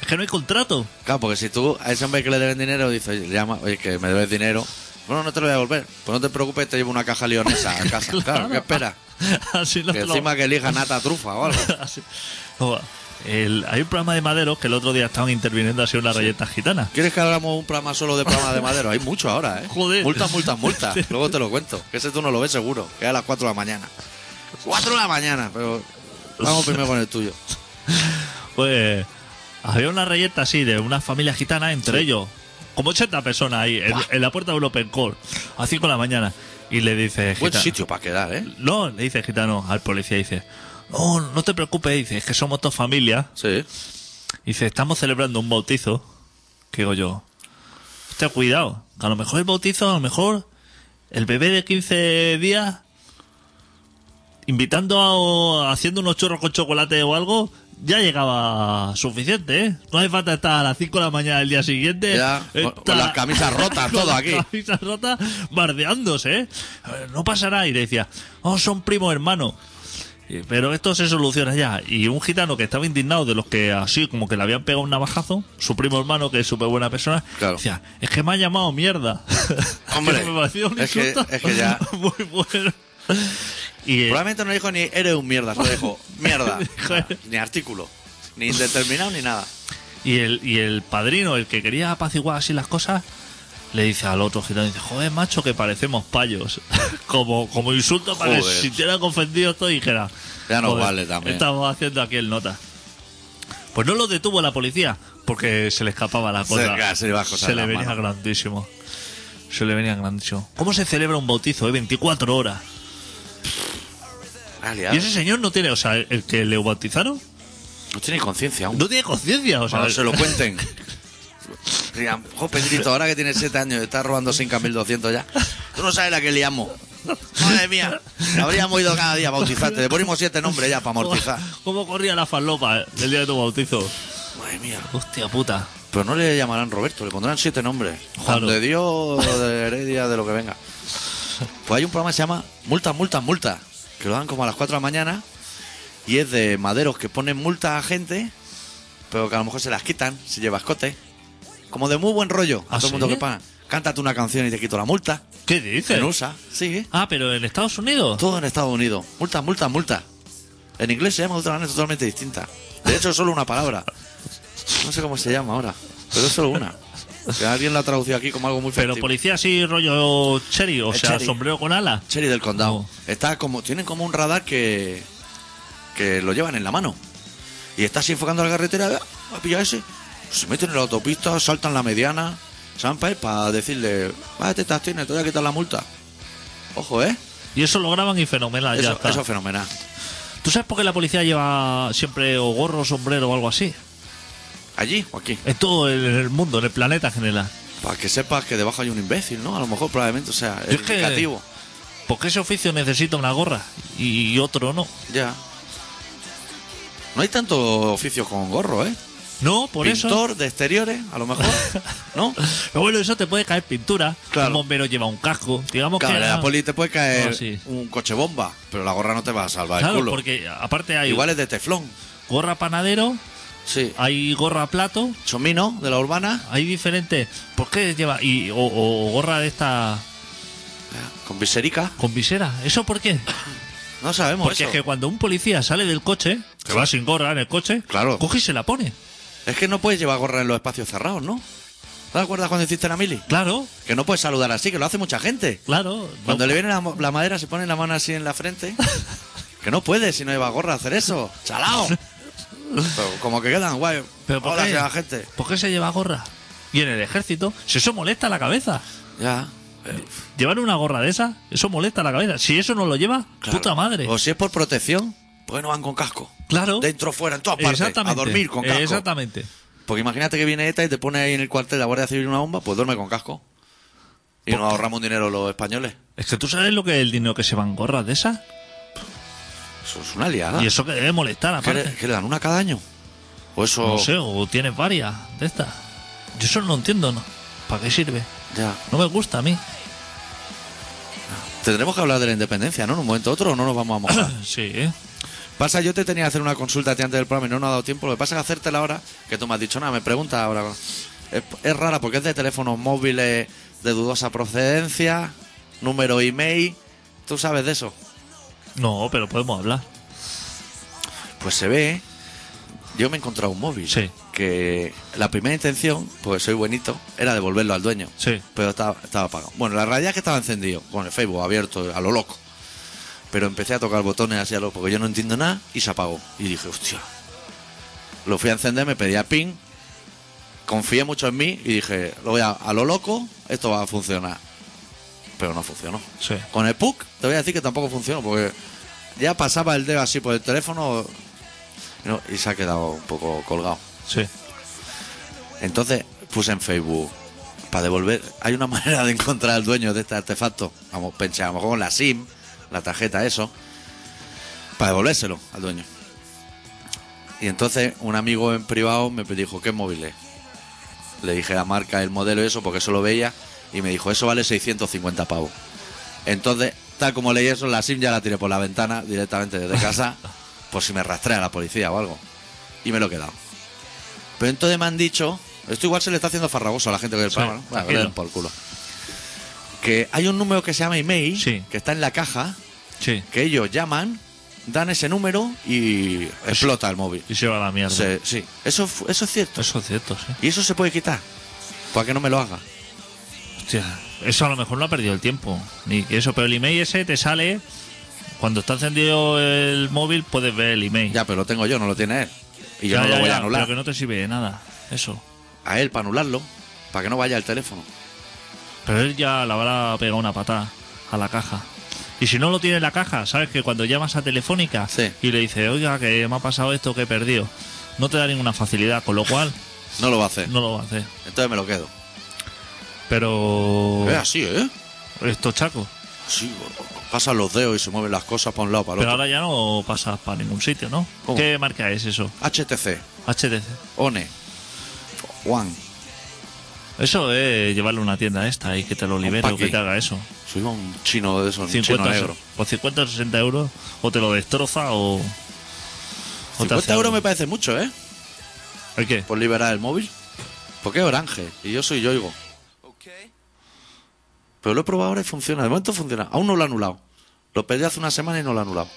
[SPEAKER 2] Es que no hay contrato.
[SPEAKER 1] Claro, porque si tú a ese hombre que le deben dinero dices, oye, le llama, oye, que me debes dinero. Bueno, no te lo voy a devolver. Pues no te preocupes, te llevo una caja leonesa a casa. claro, ¿qué esperas?
[SPEAKER 2] Así no
[SPEAKER 1] Que
[SPEAKER 2] te lo-
[SPEAKER 1] encima que elija nata trufa o algo.
[SPEAKER 2] Así. Joder. El- hay un programa de maderos que el otro día estaban interviniendo así unas galletas gitanas.
[SPEAKER 1] ¿Quieres que hagamos un programa solo de programa de madero? Hay mucho ahora, ¿eh?
[SPEAKER 2] Joder.
[SPEAKER 1] Multas, multas, multas. Luego te lo cuento. Que ese tú no lo ves seguro. Que es a las 4 de la mañana. 4 de la mañana, pero vamos primero con el tuyo.
[SPEAKER 2] Pues había una reyeta así de una familia gitana, entre ellos como 80 personas ahí, en, en la puerta de un open call, a 5 de la mañana. Y le dice,
[SPEAKER 1] Buen
[SPEAKER 2] gitano-
[SPEAKER 1] sitio para quedar, ¿eh?
[SPEAKER 2] no, le dice gitano al policía, dice, no, no te preocupes, dice, es que somos dos familias.
[SPEAKER 1] Sí.
[SPEAKER 2] Dice, estamos celebrando un bautizo. Que digo yo, usted cuidado, que a lo mejor el bautizo, a lo mejor el bebé de 15 días, invitando a, o haciendo unos chorros con chocolate o algo, ya llegaba suficiente, ¿eh? No hace falta estar a las 5 de la mañana del día siguiente.
[SPEAKER 1] Ya, con- con las camisas rotas,
[SPEAKER 2] Eh, con
[SPEAKER 1] todo
[SPEAKER 2] las
[SPEAKER 1] aquí.
[SPEAKER 2] camisas rotas, bardeándose, ¿eh? A ver, No pasará. Y le decía, oh, son primos hermanos. Eh, Pero esto se soluciona ya. Y un gitano que estaba indignado de los que así como que le habían pegado un navajazo, su primo hermano, que es súper buena persona,
[SPEAKER 1] Claro.
[SPEAKER 2] decía, es que me ha llamado mierda.
[SPEAKER 1] Hombre,
[SPEAKER 2] Que me parecía un
[SPEAKER 1] es que-
[SPEAKER 2] insulto
[SPEAKER 1] es que ya-
[SPEAKER 2] Muy bueno. Y, eh,
[SPEAKER 1] Probablemente no dijo ni eres un mierda, solo dijo mierda. ni artículo. Ni indeterminado ni nada.
[SPEAKER 2] y el, y el padrino, el que quería apaciguar así las cosas, le dice al otro gitano, dice, joder, macho, que parecemos payos. como, como insulto para que
[SPEAKER 1] Joder.
[SPEAKER 2] si te hubieran ofendido esto dijera...
[SPEAKER 1] Ya no
[SPEAKER 2] "Joder,
[SPEAKER 1] vale también".
[SPEAKER 2] Estamos haciendo aquí el nota. Pues no lo detuvo la policía, porque se le escapaba la cosa.
[SPEAKER 1] Cerca, se le iba a cosas
[SPEAKER 2] Se
[SPEAKER 1] de
[SPEAKER 2] le
[SPEAKER 1] las
[SPEAKER 2] venía
[SPEAKER 1] manos.
[SPEAKER 2] grandísimo. Se le venía grandísimo. ¿Cómo se celebra un bautizo? Eh? 24 horas.
[SPEAKER 1] Ah,
[SPEAKER 2] Y
[SPEAKER 1] liado.
[SPEAKER 2] ese señor no tiene, o sea, el que le bautizaron,
[SPEAKER 1] No tiene conciencia aún.
[SPEAKER 2] no tiene conciencia. O sea,
[SPEAKER 1] Cuando se lo cuenten. Digan, jo, Pedrito, ahora que tienes 7 años, estás robando 5.200 ya. Tú no sabes la que liamos. Madre mía, habríamos ido cada día a bautizarte. Le ponemos 7 nombres ya para amortizar.
[SPEAKER 2] ¿Cómo corría la
[SPEAKER 1] eh,
[SPEAKER 2] falopa el día de tu bautizo?
[SPEAKER 1] Madre mía.
[SPEAKER 2] Hostia puta.
[SPEAKER 1] Pero no le llamarán Roberto, le pondrán 7 nombres. Juan
[SPEAKER 2] Claro.
[SPEAKER 1] de Dios, de Heredia, de lo que venga. Pues hay un programa que se llama Multas, Multas, Multas, que lo dan como a las 4 de la mañana y es de maderos que ponen multas a gente, pero que a lo mejor se las quitan si llevas cote. Como de muy buen rollo a
[SPEAKER 2] ¿Ah,
[SPEAKER 1] todo el mundo
[SPEAKER 2] sí?
[SPEAKER 1] que paga. Cántate una canción y te quito la multa.
[SPEAKER 2] ¿Qué dices?
[SPEAKER 1] En USA, sí.
[SPEAKER 2] Ah, pero en Estados Unidos.
[SPEAKER 1] Todo en Estados Unidos. Multas, multas, multas. En inglés se llama de otra manera totalmente distinta. De hecho, es solo una palabra. No sé cómo se llama ahora, pero es solo una. Que alguien la ha traducido aquí como algo muy
[SPEAKER 2] Pero
[SPEAKER 1] festivo.
[SPEAKER 2] policía así rollo cherry, o
[SPEAKER 1] Es
[SPEAKER 2] sea,
[SPEAKER 1] Eh, cherry.
[SPEAKER 2] sombrero con alas.
[SPEAKER 1] Cherry del condado.
[SPEAKER 2] No.
[SPEAKER 1] Está como, tienen como un radar que, que lo llevan en la mano. Y está así enfocando la carretera. ¡ah! Ha pillado ese. Se meten en la autopista, saltan la mediana. Sampa para decirle, vaya te estás tienes, te voy a quitar la multa. Ojo, ¿eh?
[SPEAKER 2] Y eso lo graban y fenomenal, ya
[SPEAKER 1] Eso,
[SPEAKER 2] está.
[SPEAKER 1] eso es fenomenal.
[SPEAKER 2] ¿Tú sabes por qué la policía lleva siempre o gorro, sombrero o algo así?
[SPEAKER 1] ¿Allí o aquí?
[SPEAKER 2] En todo el, el mundo, en el planeta en general.
[SPEAKER 1] Para que sepas que debajo hay un imbécil, ¿no? A lo mejor probablemente, o sea, es
[SPEAKER 2] es que-
[SPEAKER 1] indicativo.
[SPEAKER 2] Porque ese oficio necesita una gorra y, y otro no.
[SPEAKER 1] Ya. No hay tanto oficio con gorro, ¿eh?
[SPEAKER 2] No, por eso.
[SPEAKER 1] Pintor de exteriores, a lo mejor, ¿no?
[SPEAKER 2] Pero bueno, eso te puede caer pintura.
[SPEAKER 1] Claro.
[SPEAKER 2] Un bombero lleva un casco. Digamos
[SPEAKER 1] Claro,
[SPEAKER 2] que.
[SPEAKER 1] en la poli te puede caer
[SPEAKER 2] No, sí.
[SPEAKER 1] un coche bomba, pero la gorra no te va a salvar el
[SPEAKER 2] Claro,
[SPEAKER 1] culo.
[SPEAKER 2] porque aparte hay
[SPEAKER 1] Igual es de teflón.
[SPEAKER 2] gorra panadero,
[SPEAKER 1] Sí.
[SPEAKER 2] hay gorra plato,
[SPEAKER 1] Chomino, de la urbana,
[SPEAKER 2] hay diferentes. ¿Por qué lleva? Y, o, o gorra de esta
[SPEAKER 1] con viserica.
[SPEAKER 2] con visera. ¿Eso por qué?
[SPEAKER 1] No sabemos
[SPEAKER 2] Porque
[SPEAKER 1] eso.
[SPEAKER 2] es que cuando un policía sale del coche, que va sin gorra en el coche,
[SPEAKER 1] Claro.
[SPEAKER 2] coge y se la pone.
[SPEAKER 1] Es que no puedes llevar gorra en los espacios cerrados, ¿no? ¿Te acuerdas cuando hiciste la mili?
[SPEAKER 2] Claro,
[SPEAKER 1] Que no puedes saludar así, que lo hace mucha gente.
[SPEAKER 2] claro.
[SPEAKER 1] Cuando
[SPEAKER 2] No-
[SPEAKER 1] le viene la, mo- la madera se pone la mano así en la frente. Que no puede si no lleva gorra hacer eso. ¡Chalao! Pero como que quedan guay.
[SPEAKER 2] ¿Pero por
[SPEAKER 1] Hola,
[SPEAKER 2] qué?
[SPEAKER 1] que la gente.
[SPEAKER 2] ¿Por qué se lleva gorra? Y en el ejército, si eso molesta la cabeza.
[SPEAKER 1] Ya.
[SPEAKER 2] Llevar una gorra de esa, eso molesta la cabeza. Si eso no lo lleva,
[SPEAKER 1] claro.
[SPEAKER 2] puta madre.
[SPEAKER 1] O si es por protección, pues no van con casco.
[SPEAKER 2] Claro.
[SPEAKER 1] Dentro, fuera, en todas partes. A dormir con casco.
[SPEAKER 2] Exactamente.
[SPEAKER 1] Porque imagínate que viene ETA y te pone ahí en el cuartel de la Guardia Civil una bomba, pues duerme con casco. Y
[SPEAKER 2] Pues
[SPEAKER 1] nos ahorramos un dinero los españoles.
[SPEAKER 2] Es que tú sabes lo que es el dinero que se van gorras de esas.
[SPEAKER 1] Eso es una liada.
[SPEAKER 2] Y eso que debe molestar,
[SPEAKER 1] ¿Qué
[SPEAKER 2] aparte.
[SPEAKER 1] Ah. le, qué le dan? ¿Una cada año? O eso.
[SPEAKER 2] No sé, o tienes varias de estas. Yo eso no entiendo, ¿no? ¿Para qué sirve?
[SPEAKER 1] Ya.
[SPEAKER 2] No me gusta a mí.
[SPEAKER 1] Tendremos que hablar de la independencia, ¿no? En un momento u otro, o no nos vamos a mojar.
[SPEAKER 2] Sí, ¿eh?
[SPEAKER 1] Pasa, yo te tenía que hacer una consulta a ti antes del programa y no nos ha dado tiempo. Lo que pasa es que hacértela ahora, que tú me has dicho nada, me preguntas ahora. Es, es rara porque es de teléfonos móviles de dudosa procedencia, número email. ¿Tú sabes de eso?
[SPEAKER 2] No, pero podemos hablar.
[SPEAKER 1] Pues se ve. Yo me he encontrado un móvil.
[SPEAKER 2] Sí.
[SPEAKER 1] Que la primera intención, porque soy buenito, era devolverlo al dueño.
[SPEAKER 2] Sí.
[SPEAKER 1] Pero estaba, estaba apagado. Bueno, la realidad es que estaba encendido, con el Facebook abierto, a lo loco. Pero empecé a tocar botones así a lo porque yo no entiendo nada y se apagó. Y dije, hostia. Lo fui a encender, me pedía ping, confié mucho en mí y dije, lo voy a, a lo loco, esto va a funcionar. Pero no funcionó.
[SPEAKER 2] Sí.
[SPEAKER 1] Con el PUC te voy a decir que tampoco funcionó porque ya pasaba el dedo así por el teléfono no, y se ha quedado un poco colgado.
[SPEAKER 2] Sí.
[SPEAKER 1] Entonces puse en Facebook para devolver. Hay una manera de encontrar al dueño de este artefacto. Vamos, pensé, a lo mejor con la SIM, la tarjeta, eso, para devolvérselo al dueño. Y entonces un amigo en privado me dijo, ¿qué móvil es? Le dije la marca, el modelo y eso, porque eso lo veía. Y me dijo, eso vale 650 pavos. Entonces, tal como leí eso, la SIM ya la tiré por la ventana directamente desde casa, por si me rastrea la policía o algo. Y me lo he quedado. Pero entonces me han dicho, esto igual se le está haciendo farragoso a la gente que el
[SPEAKER 2] Sí,
[SPEAKER 1] programa, ¿no? Bueno, que
[SPEAKER 2] tranquilo.
[SPEAKER 1] le den por culo. Que hay un número que se llama email,
[SPEAKER 2] Sí.
[SPEAKER 1] que está en la caja,
[SPEAKER 2] Sí.
[SPEAKER 1] que ellos llaman, dan ese número y explota el móvil.
[SPEAKER 2] Y se va a la mierda.
[SPEAKER 1] Se- sí, eso, fu- eso es cierto.
[SPEAKER 2] Eso es cierto, sí.
[SPEAKER 1] Y eso se puede quitar. Para que no me lo haga.
[SPEAKER 2] Hostia, eso a lo mejor no ha perdido el tiempo. Ni que eso, pero el email ese te sale. Cuando está encendido el móvil, puedes ver el email.
[SPEAKER 1] Ya, pero lo tengo yo, no lo tiene él. Y yo
[SPEAKER 2] Ya,
[SPEAKER 1] no
[SPEAKER 2] ya,
[SPEAKER 1] lo voy
[SPEAKER 2] ya,
[SPEAKER 1] a anular.
[SPEAKER 2] Pero que no te sirve de nada. Eso.
[SPEAKER 1] A él para anularlo, para que no vaya el teléfono.
[SPEAKER 2] Pero él ya le habrá pegado una patada a la caja. Y si no lo tiene en la caja, sabes que cuando llamas a Telefónica
[SPEAKER 1] Sí.
[SPEAKER 2] y le dices, oiga, que me ha pasado esto, que he perdido, no te da ninguna facilidad, con lo cual
[SPEAKER 1] No lo va a hacer.
[SPEAKER 2] no lo va a hacer.
[SPEAKER 1] Entonces me lo quedo.
[SPEAKER 2] Pero. Pues-
[SPEAKER 1] Es así, ¿eh?
[SPEAKER 2] Esto chaco.
[SPEAKER 1] Sí, pasan los dedos y se mueven las cosas para un lado, para el
[SPEAKER 2] Pero
[SPEAKER 1] otro.
[SPEAKER 2] ahora ya no pasas para ningún sitio, ¿no?
[SPEAKER 1] ¿Cómo?
[SPEAKER 2] ¿Qué marca es eso?
[SPEAKER 1] HTC,
[SPEAKER 2] HTC.
[SPEAKER 1] ONE, One.
[SPEAKER 2] Eso es llevarle a una tienda esta y que te lo libere o
[SPEAKER 1] paqui.
[SPEAKER 2] que te haga eso.
[SPEAKER 1] Soy un chino de esos, un chino
[SPEAKER 2] 50,
[SPEAKER 1] negro.
[SPEAKER 2] por 50 o 60 euros o te lo destroza o... o te
[SPEAKER 1] 50
[SPEAKER 2] hace
[SPEAKER 1] euros
[SPEAKER 2] algo.
[SPEAKER 1] me parece mucho, ¿eh?
[SPEAKER 2] ¿El qué?
[SPEAKER 1] Por liberar el móvil. Porque es Orange y yo soy Yoigo. Pero lo he probado ahora y funciona. De momento funciona. Aún no lo he anulado. Lo pedí hace una semana y no lo he anulado.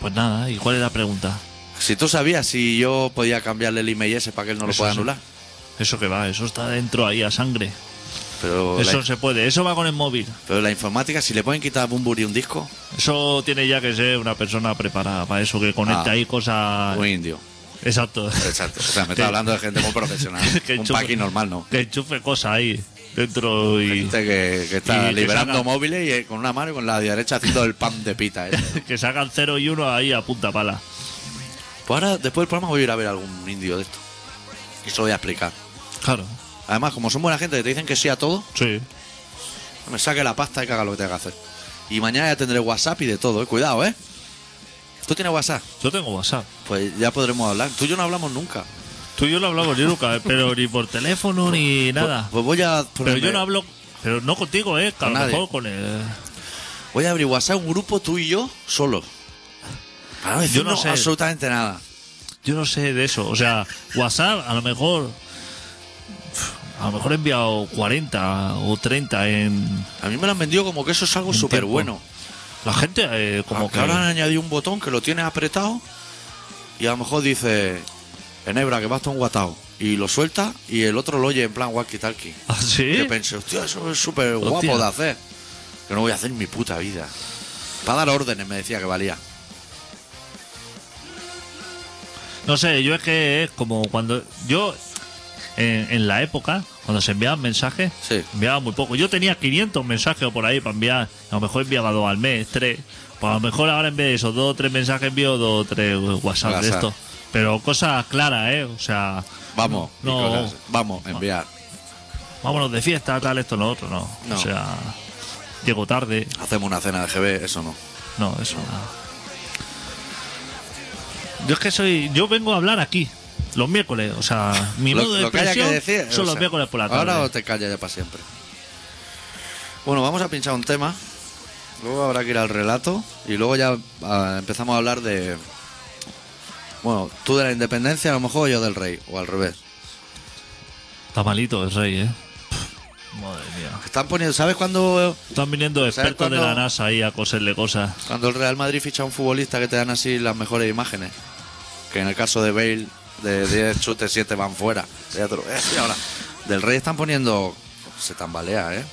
[SPEAKER 2] Pues nada, ¿y cuál es la pregunta?
[SPEAKER 1] Si tú sabías si yo podía cambiarle el email ese para que él no lo
[SPEAKER 2] Eso
[SPEAKER 1] pueda
[SPEAKER 2] sí.
[SPEAKER 1] anular.
[SPEAKER 2] Eso que va, eso está dentro ahí a sangre.
[SPEAKER 1] Pero,
[SPEAKER 2] Eso
[SPEAKER 1] la,
[SPEAKER 2] se puede, eso va con el móvil.
[SPEAKER 1] pero la informática, si le pueden quitar a Bumburi un disco,
[SPEAKER 2] Eso tiene ya que ser una persona preparada para eso, que conecta
[SPEAKER 1] Ah.
[SPEAKER 2] ahí cosas...
[SPEAKER 1] un indio.
[SPEAKER 2] Exacto.
[SPEAKER 1] Exacto. O sea, me
[SPEAKER 2] Que-
[SPEAKER 1] está hablando de gente muy profesional.
[SPEAKER 2] que
[SPEAKER 1] un
[SPEAKER 2] enchufe-
[SPEAKER 1] paqui normal, ¿no?
[SPEAKER 2] Que enchufe cosas ahí dentro y...
[SPEAKER 1] Gente que, que está
[SPEAKER 2] y que
[SPEAKER 1] liberando
[SPEAKER 2] saca-
[SPEAKER 1] móviles y eh, con una mano y con la derecha haciendo el pan de pita. ¿eh?
[SPEAKER 2] Que sacan 0 y 1 ahí a punta pala.
[SPEAKER 1] Pues ahora, después del programa, voy a ir a ver algún indio de esto. Y se lo voy a explicar.
[SPEAKER 2] Claro.
[SPEAKER 1] Además, como son buena gente que te dicen que sí a todo,
[SPEAKER 2] Sí.
[SPEAKER 1] me saque la pasta y que haga lo que tenga que hacer. Y mañana ya tendré WhatsApp y de todo, ¿eh? Cuidado, ¿eh? ¿Tú tienes WhatsApp?
[SPEAKER 2] Yo tengo WhatsApp.
[SPEAKER 1] Pues ya podremos hablar. Tú y yo no hablamos nunca.
[SPEAKER 2] Tú y yo lo hablamos, yo nunca, eh, pero ni por teléfono ni nada.
[SPEAKER 1] Pues, voy a
[SPEAKER 2] Pero
[SPEAKER 1] ponerme-
[SPEAKER 2] yo no hablo, pero no contigo, ¿eh? Que a
[SPEAKER 1] Con
[SPEAKER 2] lo
[SPEAKER 1] nadie.
[SPEAKER 2] mejor con el...
[SPEAKER 1] Voy a abrir WhatsApp un grupo tú y yo solo. Para no
[SPEAKER 2] Yo no
[SPEAKER 1] decirnos
[SPEAKER 2] sé.
[SPEAKER 1] absolutamente nada.
[SPEAKER 2] Yo no sé de eso. O sea, WhatsApp a lo mejor... A lo mejor he enviado 40 o 30 en...
[SPEAKER 1] A mí me lo han vendido como que eso es algo
[SPEAKER 2] Un
[SPEAKER 1] súper
[SPEAKER 2] tiempo.
[SPEAKER 1] bueno.
[SPEAKER 2] La gente eh, como
[SPEAKER 1] Como
[SPEAKER 2] que...
[SPEAKER 1] que ahora han añadido un botón que lo tienes apretado y a lo mejor dice Enebra que basta un guatao y lo suelta y el otro lo oye en plan walkie talkie.
[SPEAKER 2] ¿Ah, sí?
[SPEAKER 1] Yo pensé, hostia, eso es súper guapo
[SPEAKER 2] Hostia.
[SPEAKER 1] de hacer. Que no voy a hacer en mi puta vida. Para dar órdenes me decía que valía.
[SPEAKER 2] No sé, yo es que es como cuando... Yo, en, en la época, cuando se enviaban mensajes,
[SPEAKER 1] Sí.
[SPEAKER 2] enviaba muy poco. Yo tenía 500 mensajes o por ahí para enviar. A lo mejor enviaba dos al mes, tres. Pues a lo mejor ahora en vez de esos dos o tres mensajes envío dos o tres WhatsApp de
[SPEAKER 1] WhatsApp.
[SPEAKER 2] estos. Pero cosas claras, ¿eh? O sea,
[SPEAKER 1] Vamos, y
[SPEAKER 2] No.
[SPEAKER 1] cosas así. vamos, enviar.
[SPEAKER 2] vámonos de fiesta, tal, esto, lo otro, no.
[SPEAKER 1] No.
[SPEAKER 2] O sea, llego tarde.
[SPEAKER 1] Hacemos una cena de GB, eso no.
[SPEAKER 2] No, eso nada. Yo es que soy. Yo vengo a hablar aquí, los miércoles. O sea, mi
[SPEAKER 1] Lo-
[SPEAKER 2] modo de
[SPEAKER 1] lo que haya
[SPEAKER 2] expresión
[SPEAKER 1] que decir,
[SPEAKER 2] son
[SPEAKER 1] o
[SPEAKER 2] los
[SPEAKER 1] sea,
[SPEAKER 2] miércoles por la tarde.
[SPEAKER 1] Ahora o te callas ya para siempre. Bueno, vamos a pinchar un tema. Luego habrá que ir al relato. Y luego ya ah, empezamos a hablar de. Bueno, tú de la independencia, a lo mejor yo del rey, o al revés.
[SPEAKER 2] Está malito el rey, ¿eh? Pff, Madre mía.
[SPEAKER 1] Están poniendo. ¿Sabes cuando,
[SPEAKER 2] Están viniendo
[SPEAKER 1] ¿Sabes
[SPEAKER 2] expertos de la
[SPEAKER 1] cuándo?
[SPEAKER 2] NASA ahí a coserle cosas.
[SPEAKER 1] cuando el Real Madrid ficha a un futbolista que te dan así las mejores imágenes? Que en el caso de Bale, de 10 chutes, 7 van fuera. Ya te lo voy a decir ahora. Del rey están poniendo. Se tambalea, ¿eh?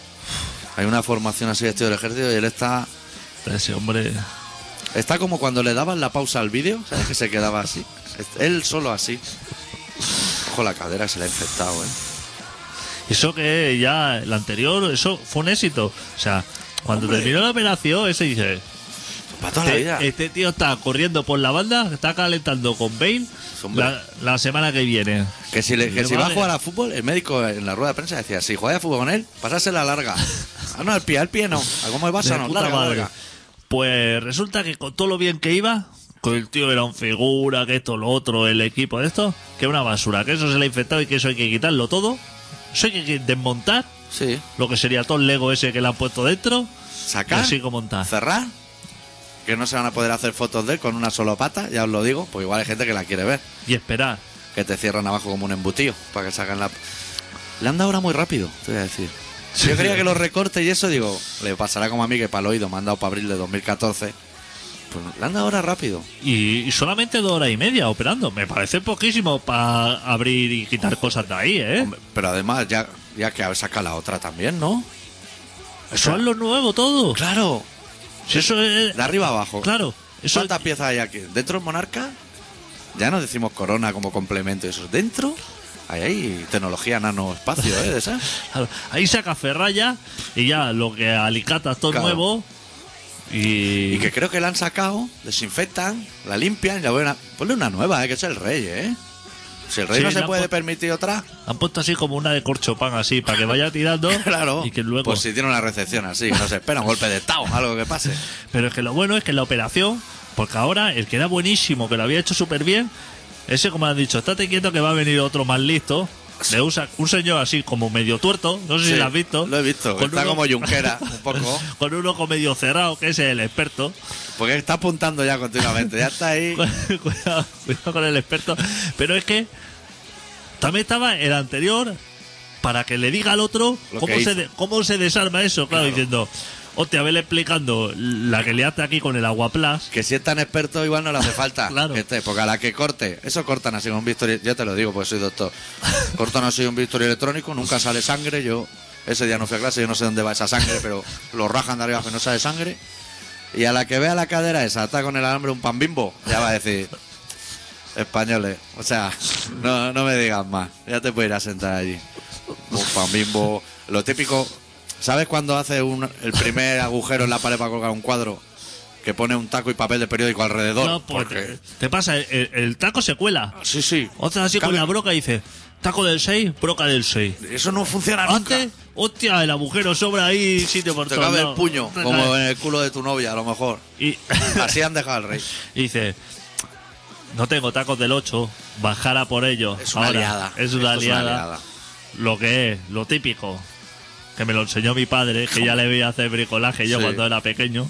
[SPEAKER 1] Hay una formación así de estilo del ejército y él está
[SPEAKER 2] Ese hombre.
[SPEAKER 1] Está como cuando le daban la pausa al vídeo, ¿sabes? Que se quedaba así. Él solo así. Ojo, la cadera se le ha infectado, ¿eh?
[SPEAKER 2] Eso que ya, el anterior, eso fue un éxito. O sea, cuando
[SPEAKER 1] Hombre.
[SPEAKER 2] terminó la operación, ese dice.
[SPEAKER 1] Para toda la
[SPEAKER 2] Este,
[SPEAKER 1] vida.
[SPEAKER 2] este tío está corriendo por la banda, está calentando con Bale
[SPEAKER 1] Hombre.
[SPEAKER 2] la, la semana que viene.
[SPEAKER 1] Que si, le- que si va a
[SPEAKER 2] Vale.
[SPEAKER 1] jugar a fútbol, el médico en la rueda de prensa decía, si jugáis a fútbol con él, pasase la larga. Ah, no, al pie, al pie no. ¿A cómo el Barça
[SPEAKER 2] De
[SPEAKER 1] no?
[SPEAKER 2] puta
[SPEAKER 1] Larga,
[SPEAKER 2] madre.
[SPEAKER 1] larga.
[SPEAKER 2] Pues resulta que con todo lo bien que iba, que el tío era un figura, que esto, lo otro, el equipo de esto, que una basura, que eso se le ha infectado y que eso hay que quitarlo todo. Eso hay que desmontar,
[SPEAKER 1] Sí.
[SPEAKER 2] lo que sería todo el Lego ese que le han puesto dentro.
[SPEAKER 1] Sacar,
[SPEAKER 2] Y así como está.
[SPEAKER 1] cerrar, que no se van a poder hacer fotos de él con una sola pata, ya os lo digo, pues igual hay gente que la quiere ver.
[SPEAKER 2] Y esperar.
[SPEAKER 1] Que te cierran abajo como un embutío para que sacan la... Le han dado ahora muy rápido, te voy a decir. Yo creía que los recortes y eso, digo, le pasará como a mí que para el oído me han dado para abril de 2014. Pues le han dado ahora rápido.
[SPEAKER 2] Y, y solamente dos horas y media operando. Me parece poquísimo para abrir y quitar cosas de ahí, ¿eh?
[SPEAKER 1] Hombre, Pero además, ya, ya que saca la otra también, ¿no?
[SPEAKER 2] eso es lo nuevo todo.
[SPEAKER 1] Claro,
[SPEAKER 2] Si eso es.
[SPEAKER 1] de arriba abajo.
[SPEAKER 2] Claro. Eso,
[SPEAKER 1] ¿Cuántas piezas hay aquí? Dentro del Monarca, ya no decimos corona como complemento y eso. Dentro, ahí hay tecnología nano espacio, ¿eh? De esa.
[SPEAKER 2] Claro, Ahí saca Ferraya y ya lo que alicata todo
[SPEAKER 1] Claro.
[SPEAKER 2] nuevo. Y,
[SPEAKER 1] Y que creo que la han sacado, desinfectan, la limpian y la vuelven a. Ponle una nueva, ¿eh? Que es el rey, ¿eh? Si el rey
[SPEAKER 2] Sí,
[SPEAKER 1] no se
[SPEAKER 2] la
[SPEAKER 1] puede
[SPEAKER 2] pon-
[SPEAKER 1] permitir otra.
[SPEAKER 2] han puesto así como una de corchopán así para que vaya tirando.
[SPEAKER 1] Claro. Pues
[SPEAKER 2] Y que luego.
[SPEAKER 1] Por si tiene una recepción así, no se espera un golpe de estado, algo que pase.
[SPEAKER 2] Pero es que lo bueno es que la operación, porque ahora el que era buenísimo, que lo había hecho súper bien, ese como han dicho, estate quieto que va a venir otro más listo. Le usa un señor así como medio tuerto, no sé
[SPEAKER 1] Sí,
[SPEAKER 2] si lo has visto.
[SPEAKER 1] Lo he visto.
[SPEAKER 2] Con
[SPEAKER 1] está
[SPEAKER 2] uno-
[SPEAKER 1] como Junquera, un poco.
[SPEAKER 2] Con un ojo medio cerrado, que ese es el experto.
[SPEAKER 1] Porque está apuntando ya continuamente. Ya está ahí.
[SPEAKER 2] cuidado, cuidado con el experto. Pero es que también estaba el anterior para que le diga al otro
[SPEAKER 1] Lo
[SPEAKER 2] cómo
[SPEAKER 1] que
[SPEAKER 2] se,
[SPEAKER 1] hizo.
[SPEAKER 2] de- cómo se desarma eso. Claro, diciendo, hostia, vele explicando la que le hace aquí con el aguaplas.
[SPEAKER 1] Que si es tan experto, igual no le hace falta.
[SPEAKER 2] Claro.
[SPEAKER 1] que esté, porque a la que corte, eso cortan así con un bisturí. Yo te lo digo, pues soy doctor. Cortan así un bisturí electrónico, nunca sale sangre. Yo ese día no fui a clase, yo no sé dónde va esa sangre, pero lo rajan de arriba abajo y no sale sangre. Y a la que vea la cadera esa, está con el alambre un pan bimbo, ya va a decir. Españoles, o sea, no, no me digas más, ya te puedes ir a sentar allí. Un pan bimbo, lo típico. ¿Sabes cuando hace un- el primer agujero en la pared para colgar un cuadro? Que pone un taco y papel de periódico alrededor.
[SPEAKER 2] No, pues,
[SPEAKER 1] porque...
[SPEAKER 2] te, te pasa, el, el taco se cuela.
[SPEAKER 1] Sí, sí.
[SPEAKER 2] Otra así con
[SPEAKER 1] Cabe-
[SPEAKER 2] la broca y dice, taco del 6, broca del 6.
[SPEAKER 1] Eso no funciona nunca.
[SPEAKER 2] Antes, hostia, el agujero sobra ahí sitio por
[SPEAKER 1] Te
[SPEAKER 2] todos
[SPEAKER 1] cabe el
[SPEAKER 2] lados.
[SPEAKER 1] puño,
[SPEAKER 2] Te
[SPEAKER 1] como
[SPEAKER 2] cabe-
[SPEAKER 1] en el culo de tu novia, a lo mejor.
[SPEAKER 2] Y,
[SPEAKER 1] Así han dejado al rey.
[SPEAKER 2] Y dice, no tengo tacos del 8, bajara por ellos.
[SPEAKER 1] Es una
[SPEAKER 2] Ahora,
[SPEAKER 1] aliada.
[SPEAKER 2] Es una aliada. Lo que es, lo típico. Que me lo enseñó mi padre, que ya le veía hacer bricolaje yo
[SPEAKER 1] Sí.
[SPEAKER 2] cuando era pequeño.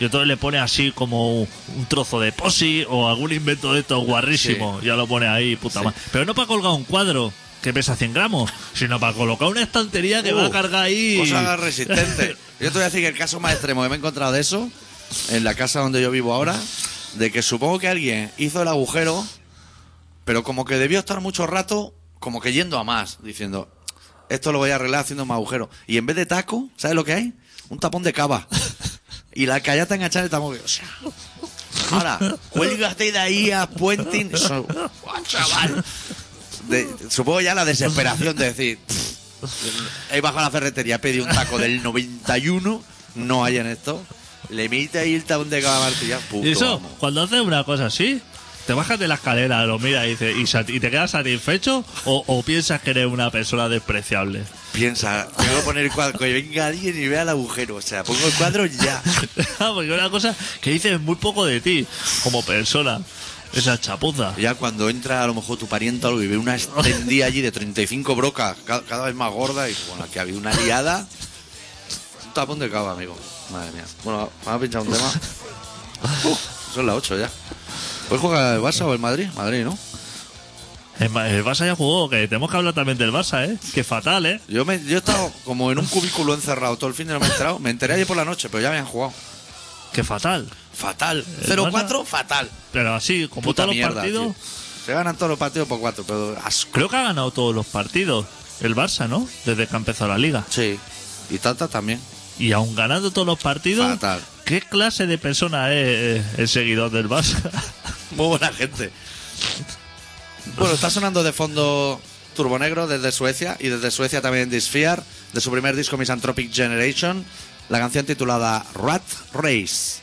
[SPEAKER 2] Y entonces le pone así como un trozo de posi o algún invento de estos guarrísimos. Ya lo pone ahí, puta madre. Pero no para colgar un cuadro que pesa 100 gramos, sino para colocar una estantería que va a
[SPEAKER 1] Uh,
[SPEAKER 2] cargar ahí.
[SPEAKER 1] Cosas resistentes. Yo te voy a decir que el caso más extremo que me he encontrado de eso, en la casa donde yo vivo ahora, de que supongo que alguien hizo el agujero, pero como que debió estar mucho rato, como que yendo a más, diciendo, esto lo voy a arreglar haciendo más agujero. Y en vez de taco, ¿sabes lo que hay? Un tapón de cava. Y la callata enganchada el tapón. que, O sea, ahora, cuélgate de ahí a puenting. Eso, ¡guau, chaval! De- supongo ya la desesperación de decir, He bajado a la ferretería, pedí un taco del 91, no hay en esto. Le mete ahí el tabón de cada martilla. Puto,
[SPEAKER 2] Y eso,
[SPEAKER 1] vamos.
[SPEAKER 2] cuando haces una cosa así, te bajas de la escalera, lo miras y, dices, ¿y, sat- y te quedas satisfecho o, o piensas que eres una persona despreciable?
[SPEAKER 1] Piensa, tengo que poner el cuadro, que venga alguien y vea el agujero. O sea, pongo el cuadro ya.
[SPEAKER 2] Ah, Porque una cosa que dices muy poco de ti como persona. Esa chapuza.
[SPEAKER 1] Ya cuando entra a lo mejor tu pariente o algo y ve una extendida allí de 35 brocas, ca- cada, vez más gorda, y bueno, aquí había una liada. Un tapón de cava, amigo. Madre mía. Bueno, vamos a pinchar un tema. Uf, son las 8 ya. ¿Hoy juega el Barça o el Madrid? Madrid, ¿no?
[SPEAKER 2] El, Ma- el Barça ya jugó, que tenemos que hablar también del Barça, ¿eh? Que fatal, ¿eh?
[SPEAKER 1] Yo, me, yo he estado como en un cubículo encerrado todo el fin de no me he enterado. Me enteré ayer por la noche, pero ya habían jugado.
[SPEAKER 2] Que fatal.
[SPEAKER 1] Fatal.
[SPEAKER 2] El
[SPEAKER 1] 0-4, fatal.
[SPEAKER 2] Pero así, como
[SPEAKER 1] Puta
[SPEAKER 2] todos
[SPEAKER 1] mierda,
[SPEAKER 2] los partidos,
[SPEAKER 1] tío. Se ganan todos los partidos por 4, pero asco.
[SPEAKER 2] creo que ha ganado todos los partidos el Barça, ¿no? Desde que ha empezado la liga.
[SPEAKER 1] Sí. Y Tata también.
[SPEAKER 2] Y aún ganando todos los partidos,
[SPEAKER 1] Fatal.
[SPEAKER 2] ¿qué clase de persona es eh, el seguidor del Barça?
[SPEAKER 1] Muy buena gente. Bueno, está sonando de fondo Turbo Negro desde Suecia y desde Suecia también Disfear, de su primer disco Misanthropic Generation, la canción titulada Rat Race.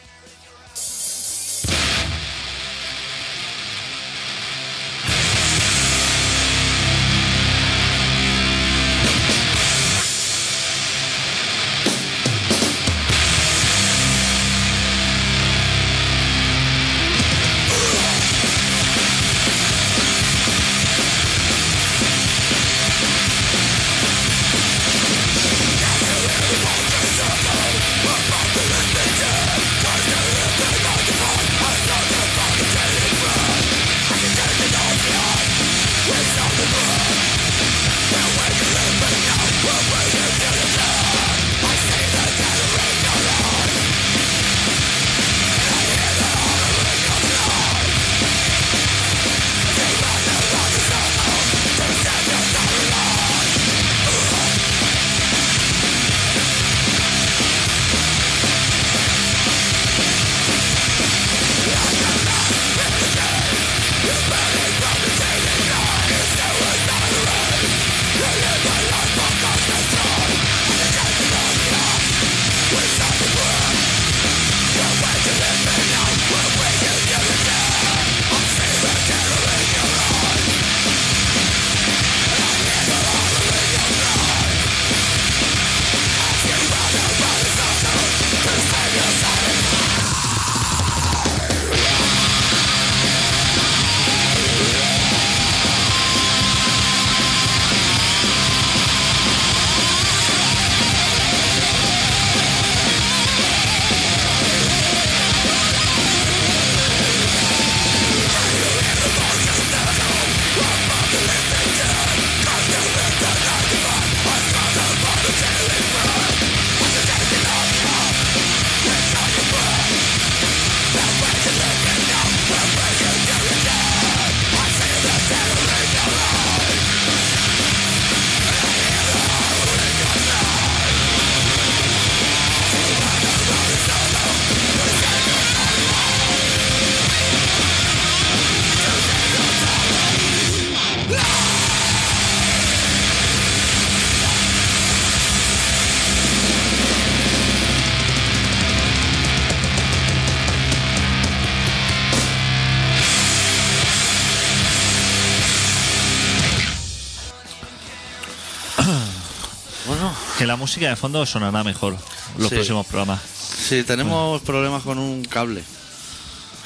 [SPEAKER 1] Bueno,
[SPEAKER 2] que la música de fondo sonará mejor los
[SPEAKER 1] Sí.
[SPEAKER 2] próximos programas.
[SPEAKER 1] sí, tenemos problemas con un cable.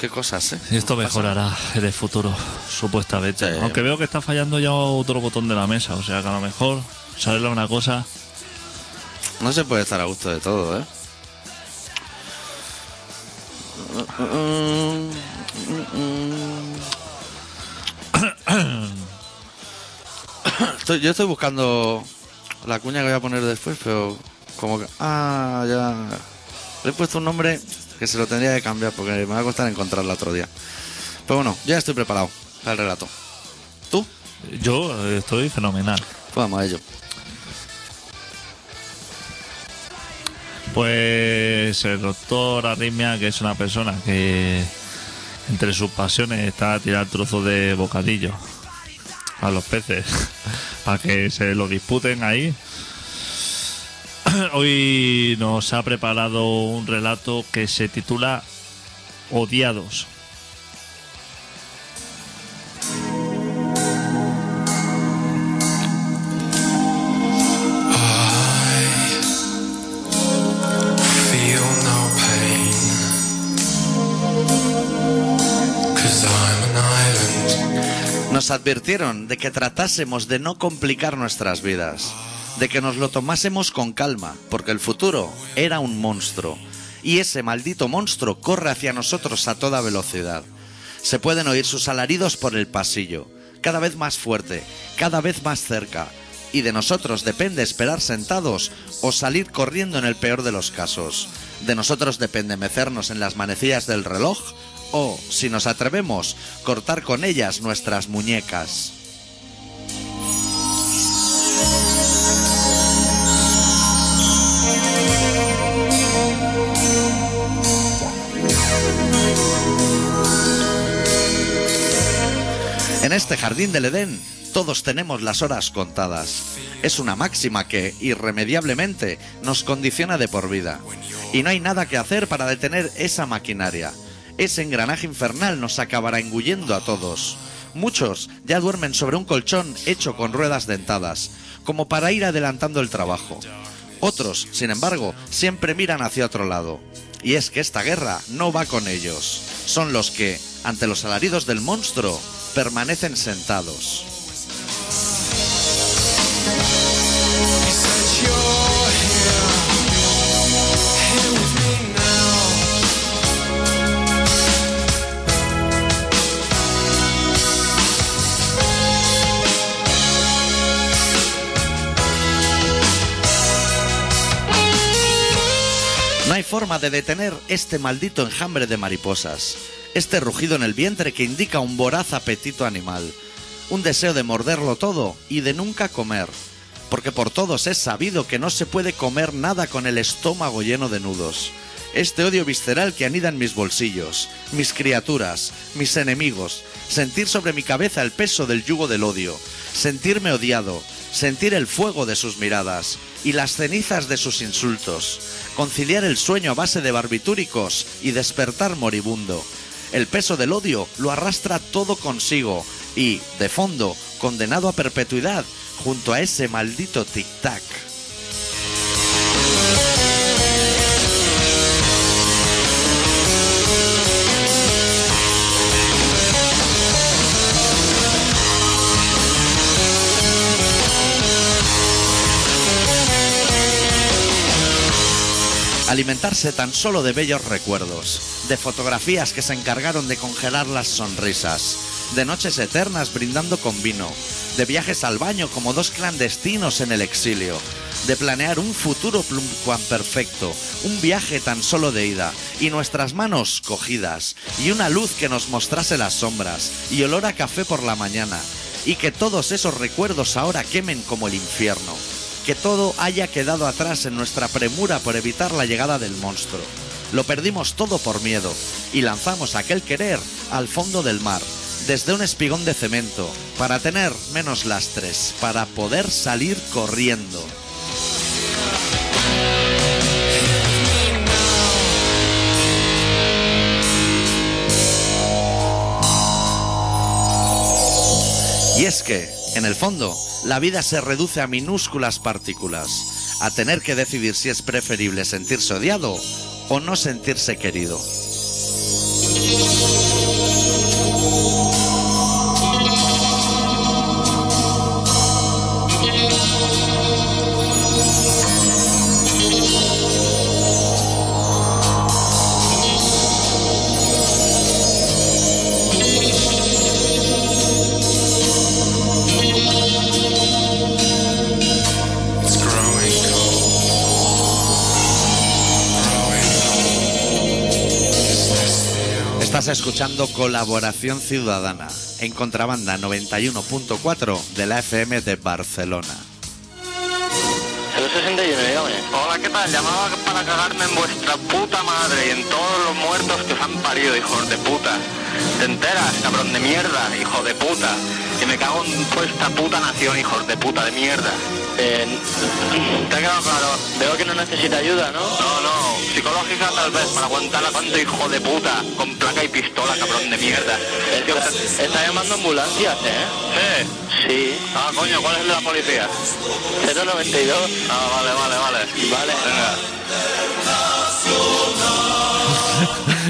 [SPEAKER 1] Qué cosas, ¿eh?
[SPEAKER 2] Esto mejorará en el futuro, supuestamente.
[SPEAKER 1] Sí.
[SPEAKER 2] Aunque veo que está fallando ya otro botón de la mesa, o sea que a lo mejor se arregla una cosa.
[SPEAKER 1] No se puede estar a gusto de todo, ¿eh? Estoy- yo estoy buscando la cuña que voy a poner después, pero como que... Ah, ya... Le he puesto un nombre que se lo tendría que cambiar porque me va a costar encontrarla otro día. Pero bueno, ya estoy preparado para el relato. ¿Tú?
[SPEAKER 2] Yo eh, estoy fenomenal.
[SPEAKER 1] Pues vamos a ello.
[SPEAKER 2] Pues el doctor Arritmia, que es una persona que entre sus pasiones está a tirar trozos de bocadillo a los peces para que se lo disputen ahí. Hoy nos ha preparado un relato que se titula Odiados.
[SPEAKER 1] Nos advirtieron de que tratásemos de no complicar nuestras vidas, de que nos lo tomásemos con calma, porque el futuro era un monstruo, y ese maldito monstruo corre hacia nosotros a toda velocidad. Se pueden oír sus alaridos por el pasillo, cada vez más fuerte, cada vez más cerca, y de nosotros depende esperar sentados o salir corriendo en el peor de los casos. De nosotros depende mecernos en las manecillas del reloj o, si nos atrevemos, cortar con ellas nuestras muñecas. En este jardín del Edén todos tenemos las horas contadas. Es una máxima que, irremediablemente, nos condiciona de por vida. Y no hay nada que hacer para detener esa maquinaria. Ese engranaje infernal nos acabará engullendo a todos. Muchos ya duermen sobre un colchón hecho con ruedas dentadas, como para ir adelantando el trabajo. Otros, sin embargo, siempre miran hacia otro lado. Y es que esta guerra no va con ellos. Son los que, ante los alaridos del monstruo, permanecen sentados. No hay forma de detener este maldito enjambre de mariposas, este rugido en el vientre que indica un voraz apetito animal, un deseo de morderlo todo y de nunca comer, porque por todos es sabido que no se puede comer nada con el estómago lleno de nudos. Este odio visceral que anida en mis bolsillos, mis criaturas, mis enemigos, sentir sobre mi cabeza el peso del yugo del odio, sentirme odiado, sentir el fuego de sus miradas y las cenizas de sus insultos, conciliar el sueño a base de barbitúricos y despertar moribundo. El peso del odio lo arrastra todo consigo y, de fondo, condenado a perpetuidad junto a ese maldito tic-tac. alimentarse tan solo de bellos recuerdos, de fotografías que se encargaron de congelar las sonrisas, de noches eternas brindando con vino, de viajes al baño como dos clandestinos en el exilio, de planear un futuro plumcuan perfecto, un viaje tan solo de ida, y nuestras manos cogidas, y una luz que nos mostrase las sombras, y olor a café por la mañana, y que todos esos recuerdos ahora quemen como el infierno que todo haya quedado atrás en nuestra premura por evitar la llegada del monstruo. Lo perdimos todo por miedo y lanzamos aquel querer al fondo del mar, desde un espigón de cemento, para tener menos lastres, para poder salir corriendo. Y es que, en el fondo, la vida se reduce a minúsculas partículas, a tener que decidir si es preferible sentirse odiado o no sentirse querido.
[SPEAKER 4] It's growing cold. Growing cold. Is this the old
[SPEAKER 1] Estás escuchando Colaboración Ciudadana, en contrabanda 91.4 de la FM de Barcelona.
[SPEAKER 5] 061, dígame.
[SPEAKER 6] Hola, ¿qué tal? Llamaba para cagarme en vuestra puta madre y en todos los muertos que os han parido, hijos de puta. ¿Te enteras, cabrón de mierda, hijo de puta? Que me cago en vuestra puta nación, hijos de puta de mierda.
[SPEAKER 5] Eh,
[SPEAKER 6] ¿Te ha quedado claro?
[SPEAKER 5] veo que no necesita ayuda, ¿no?
[SPEAKER 6] No, no, psicológica tal vez, para aguantar a tanto hijo de puta, con placa y pistola, cabrón de mierda.
[SPEAKER 5] Es que está, está llamando ambulancias, ¿eh?
[SPEAKER 6] Sí.
[SPEAKER 5] Sí.
[SPEAKER 6] Ah, coño, ¿cuál es el de la policía?
[SPEAKER 5] 092.
[SPEAKER 6] Ah, vale, vale, vale.
[SPEAKER 5] Vale.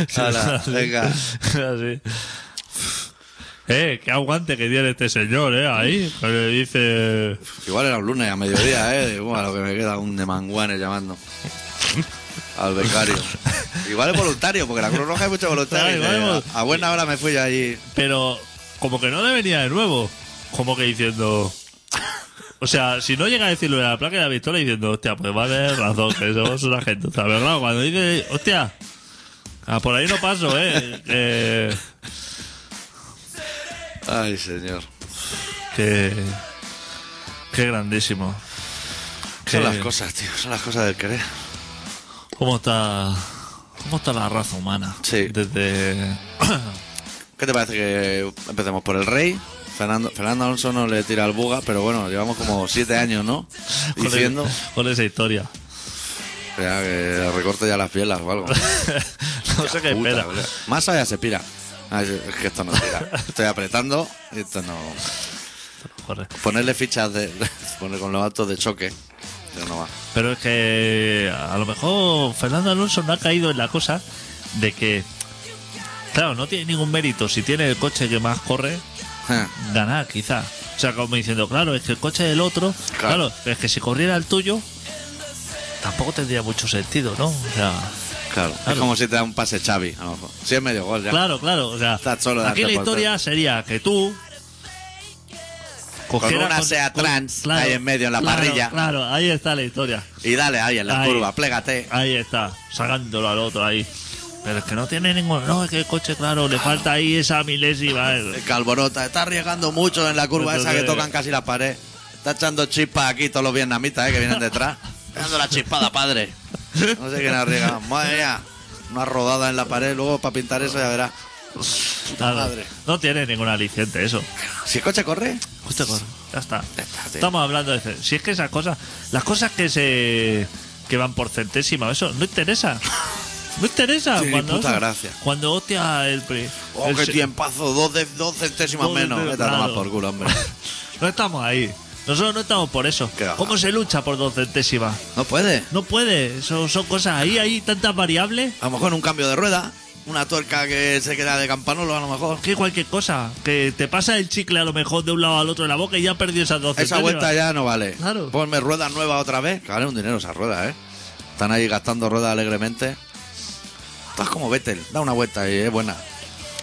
[SPEAKER 6] Venga.
[SPEAKER 1] Hala, venga.
[SPEAKER 2] Así. Eh, qué aguante que tiene este señor, eh, ahí. Que le dice.
[SPEAKER 1] Igual era un lunes a mediodía, ¿eh? Digo, Bueno, lo que me queda un de manguanes llamando al becario. Igual es voluntario, porque la Cruz Roja hay mucho voluntario.
[SPEAKER 2] Claro, igual
[SPEAKER 1] Dice, a buena hora me fui allí.
[SPEAKER 2] Pero como que no le venía de nuevo. Como que diciendo. O sea, si no llega a decirlo de la placa de la victoria diciendo, hostia, pues vale razón, que somos una gente. O sea, pero claro, cuando dice, hostia, ah, por ahí no paso, eh. Que,
[SPEAKER 1] Ay, señor.
[SPEAKER 2] que, qué grandísimo.
[SPEAKER 1] Son
[SPEAKER 2] Qué-
[SPEAKER 1] las cosas, tío. Son las cosas del querer.
[SPEAKER 2] ¿Cómo está, cómo está la raza humana?
[SPEAKER 1] Sí.
[SPEAKER 2] Desde.
[SPEAKER 1] ¿Qué te parece que empecemos por el rey? Fernando, Fernando Alonso no le tira al buga, pero bueno, llevamos como siete años, ¿no?
[SPEAKER 2] con el-
[SPEAKER 1] Diciendo
[SPEAKER 2] con esa historia.
[SPEAKER 1] Ya, que le recorte ya las pielas o algo.
[SPEAKER 2] no sé qué
[SPEAKER 1] Puta,
[SPEAKER 2] espera.
[SPEAKER 1] boludo. Masa ya se pira. Ay, es que esto no tira. Estoy apretando y esto no.
[SPEAKER 2] Corre.
[SPEAKER 1] Ponerle fichas de, poner con los actos de choque. Pero no va.
[SPEAKER 2] Pero es que a lo mejor Fernando Alonso no ha caído en la cosa de que, claro, no tiene ningún mérito. Si tiene el coche que más corre,
[SPEAKER 1] Ja.
[SPEAKER 2] ganar quizá. O sea, como diciendo, claro, es que el coche del otro,
[SPEAKER 1] Claro.
[SPEAKER 2] claro, es que si corriera el tuyo, tampoco tendría mucho sentido, ¿no? O sea,
[SPEAKER 1] Claro. Es como si te da un pase Xavi, a lo mejor. Si es medio gol ya.
[SPEAKER 2] claro, claro. O sea,
[SPEAKER 1] Está solo de
[SPEAKER 2] aquí la
[SPEAKER 1] arte por
[SPEAKER 2] historia sería que tú.
[SPEAKER 1] Con
[SPEAKER 2] cogieras
[SPEAKER 1] una Seat Trans ahí en medio, en la
[SPEAKER 2] claro,
[SPEAKER 1] parrilla.
[SPEAKER 2] Claro, ahí está la historia.
[SPEAKER 1] Y dale ahí en la
[SPEAKER 2] Ahí.
[SPEAKER 1] curva, plégate.
[SPEAKER 2] Ahí está, sacándolo al otro ahí. Pero es que no tiene ningún. No, es que el coche, claro, le falta ahí esa milésima. eh.
[SPEAKER 1] El Calborota está arriesgando mucho en la curva
[SPEAKER 2] Entonces-
[SPEAKER 1] esa que tocan casi la pared. Está echando chispas aquí todos los vietnamitas eh, que vienen detrás. Dando la chispada, padre. No sé quién arriesga. Madre mía. Una rodada en la pared, luego para pintar eso ya verás.
[SPEAKER 2] Claro,
[SPEAKER 1] madre.
[SPEAKER 2] No tiene ningún aliciente eso.
[SPEAKER 1] Si el coche corre,
[SPEAKER 2] Justo con- Ya está.
[SPEAKER 1] está, tío.
[SPEAKER 2] Estamos hablando de. Si es que esas cosas. Las cosas que se. que van por centésima, eso no interesa. No interesa.
[SPEAKER 1] Tiene
[SPEAKER 2] cuando
[SPEAKER 1] puta
[SPEAKER 2] eso-
[SPEAKER 1] gracia.
[SPEAKER 2] Cuando hostia el. pri-
[SPEAKER 1] oh,
[SPEAKER 2] el
[SPEAKER 1] qué
[SPEAKER 2] se-
[SPEAKER 1] tiempazo, dos, de, dos centésimas
[SPEAKER 2] Dos
[SPEAKER 1] menos.
[SPEAKER 2] centésimas,
[SPEAKER 1] Vete a tomar
[SPEAKER 2] claro.
[SPEAKER 1] por culo, hombre.
[SPEAKER 2] No estamos ahí. Nosotros no estamos por eso.
[SPEAKER 1] Qué baja.
[SPEAKER 2] ¿Cómo se lucha por dos centésimas?
[SPEAKER 1] No puede.
[SPEAKER 2] No puede. Eso son cosas ahí, hay tantas variables.
[SPEAKER 1] A lo mejor un cambio de rueda, una tuerca que se queda de campanolo, a lo mejor.
[SPEAKER 2] que cualquier cosa, que te pasa el chicle a lo mejor de un lado al otro de la boca y ya perdió esas 12
[SPEAKER 1] Esa vuelta ya no vale.
[SPEAKER 2] Claro.
[SPEAKER 1] Ponme ruedas nuevas otra vez. Que valen un dinero esas ruedas, ¿eh? Están ahí gastando ruedas alegremente. Estás como Vettel. Da una vuelta y es buena.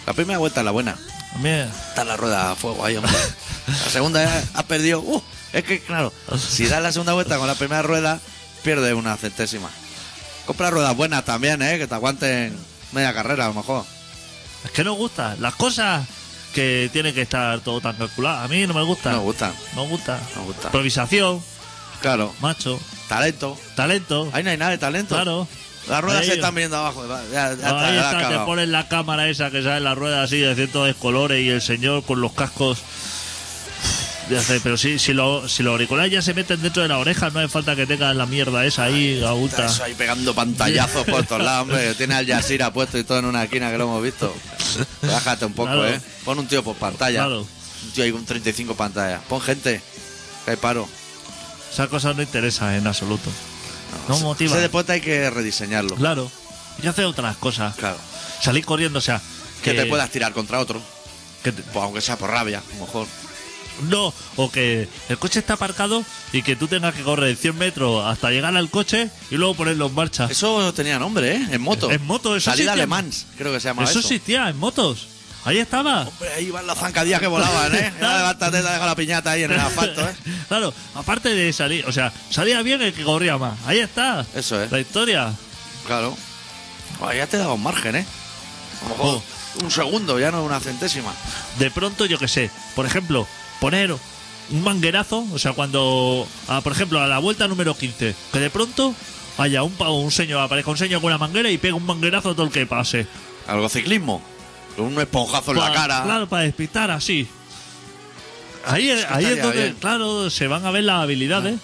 [SPEAKER 1] La primera vuelta es la buena. Está la rueda a fuego ahí, hombre. La segunda ya ha perdido. Uh, es que, claro, si das la segunda vuelta con la primera rueda, pierdes una centésima. Compra ruedas buenas también, ¿eh? Que te aguanten media carrera, a lo mejor.
[SPEAKER 2] Es que no gusta. Las cosas que tiene que estar todo tan calculado. A mí no me gusta.
[SPEAKER 1] No me gustan.
[SPEAKER 2] No gusta.
[SPEAKER 1] No gusta.
[SPEAKER 2] Improvisación,
[SPEAKER 1] Claro.
[SPEAKER 2] macho,
[SPEAKER 1] Talento.
[SPEAKER 2] talento.
[SPEAKER 1] Ahí no hay nada de talento.
[SPEAKER 2] Claro.
[SPEAKER 1] Las ruedas
[SPEAKER 2] Ahí-
[SPEAKER 1] se están viniendo abajo. Ya, ya está,
[SPEAKER 2] Ahí
[SPEAKER 1] ya la
[SPEAKER 2] está,
[SPEAKER 1] has
[SPEAKER 2] te
[SPEAKER 1] cagado.
[SPEAKER 2] ponen la cámara esa que sale la rueda así de cientos de colores y el señor con los cascos. Ya sé, pero si, si, lo- si los auriculares ya se meten dentro de la oreja, no hace falta que tengas la mierda esa ahí,
[SPEAKER 1] Está
[SPEAKER 2] aguta.
[SPEAKER 1] Eso ahí pegando pantallazos por todos lados, hombre. que Tiene al Yasira puesto y todo en una esquina que lo hemos visto. Bájate un poco,
[SPEAKER 2] Claro.
[SPEAKER 1] ¿eh? Pon un tío por pantalla.
[SPEAKER 2] Claro.
[SPEAKER 1] Un tío ahí con 35 pantallas. Pon gente. Que hay paro.
[SPEAKER 2] Esas cosas no interesan en absoluto. No, motiva.
[SPEAKER 1] Ese deporte hay que rediseñarlo.
[SPEAKER 2] Claro. Y hacer otras cosas.
[SPEAKER 1] Claro.
[SPEAKER 2] Salir corriendo, o sea.
[SPEAKER 1] Que te puedas tirar contra otro.
[SPEAKER 2] que te-
[SPEAKER 1] Pues aunque sea por rabia, a lo mejor.
[SPEAKER 2] no, o que el coche está aparcado y que tú tengas que correr 100 metros hasta llegar al coche y luego ponerlo en marcha. Eso,
[SPEAKER 1] Eso tenía nombre, ¿eh? En moto.
[SPEAKER 2] Ah. En moto, eso
[SPEAKER 1] Salida
[SPEAKER 2] sí que-
[SPEAKER 1] alemán, creo que se llama eso.
[SPEAKER 2] existía en motos. Ahí estaba.
[SPEAKER 1] Hombre, ahí van las zancadillas que volaban, ¿eh? Era levántate, te deja la piñata ahí en el asfalto, ¿eh?
[SPEAKER 2] claro, aparte de salir, o sea, salía bien el que corría más. Ahí está.
[SPEAKER 1] Eso es.
[SPEAKER 2] La historia.
[SPEAKER 1] Claro. Buah, ya te he dado un margen, ¿eh? A lo mejor
[SPEAKER 2] Oh.
[SPEAKER 1] un segundo, ya no una centésima.
[SPEAKER 2] de pronto, yo que sé, por ejemplo, poner un manguerazo, o sea, cuando, ah, por ejemplo, a la vuelta número 15, que de pronto haya un, pa- un señor, aparezca un señor con una manguera y pega un manguerazo a todo el que pase.
[SPEAKER 1] Algo ciclismo. Con un esponjazo en la
[SPEAKER 2] Pa-
[SPEAKER 1] cara.
[SPEAKER 2] Claro, para despistar así. Ahí, es-
[SPEAKER 1] que
[SPEAKER 2] ahí es
[SPEAKER 1] estaría
[SPEAKER 2] donde,
[SPEAKER 1] bien. Ah.
[SPEAKER 2] claro, se van a ver las habilidades.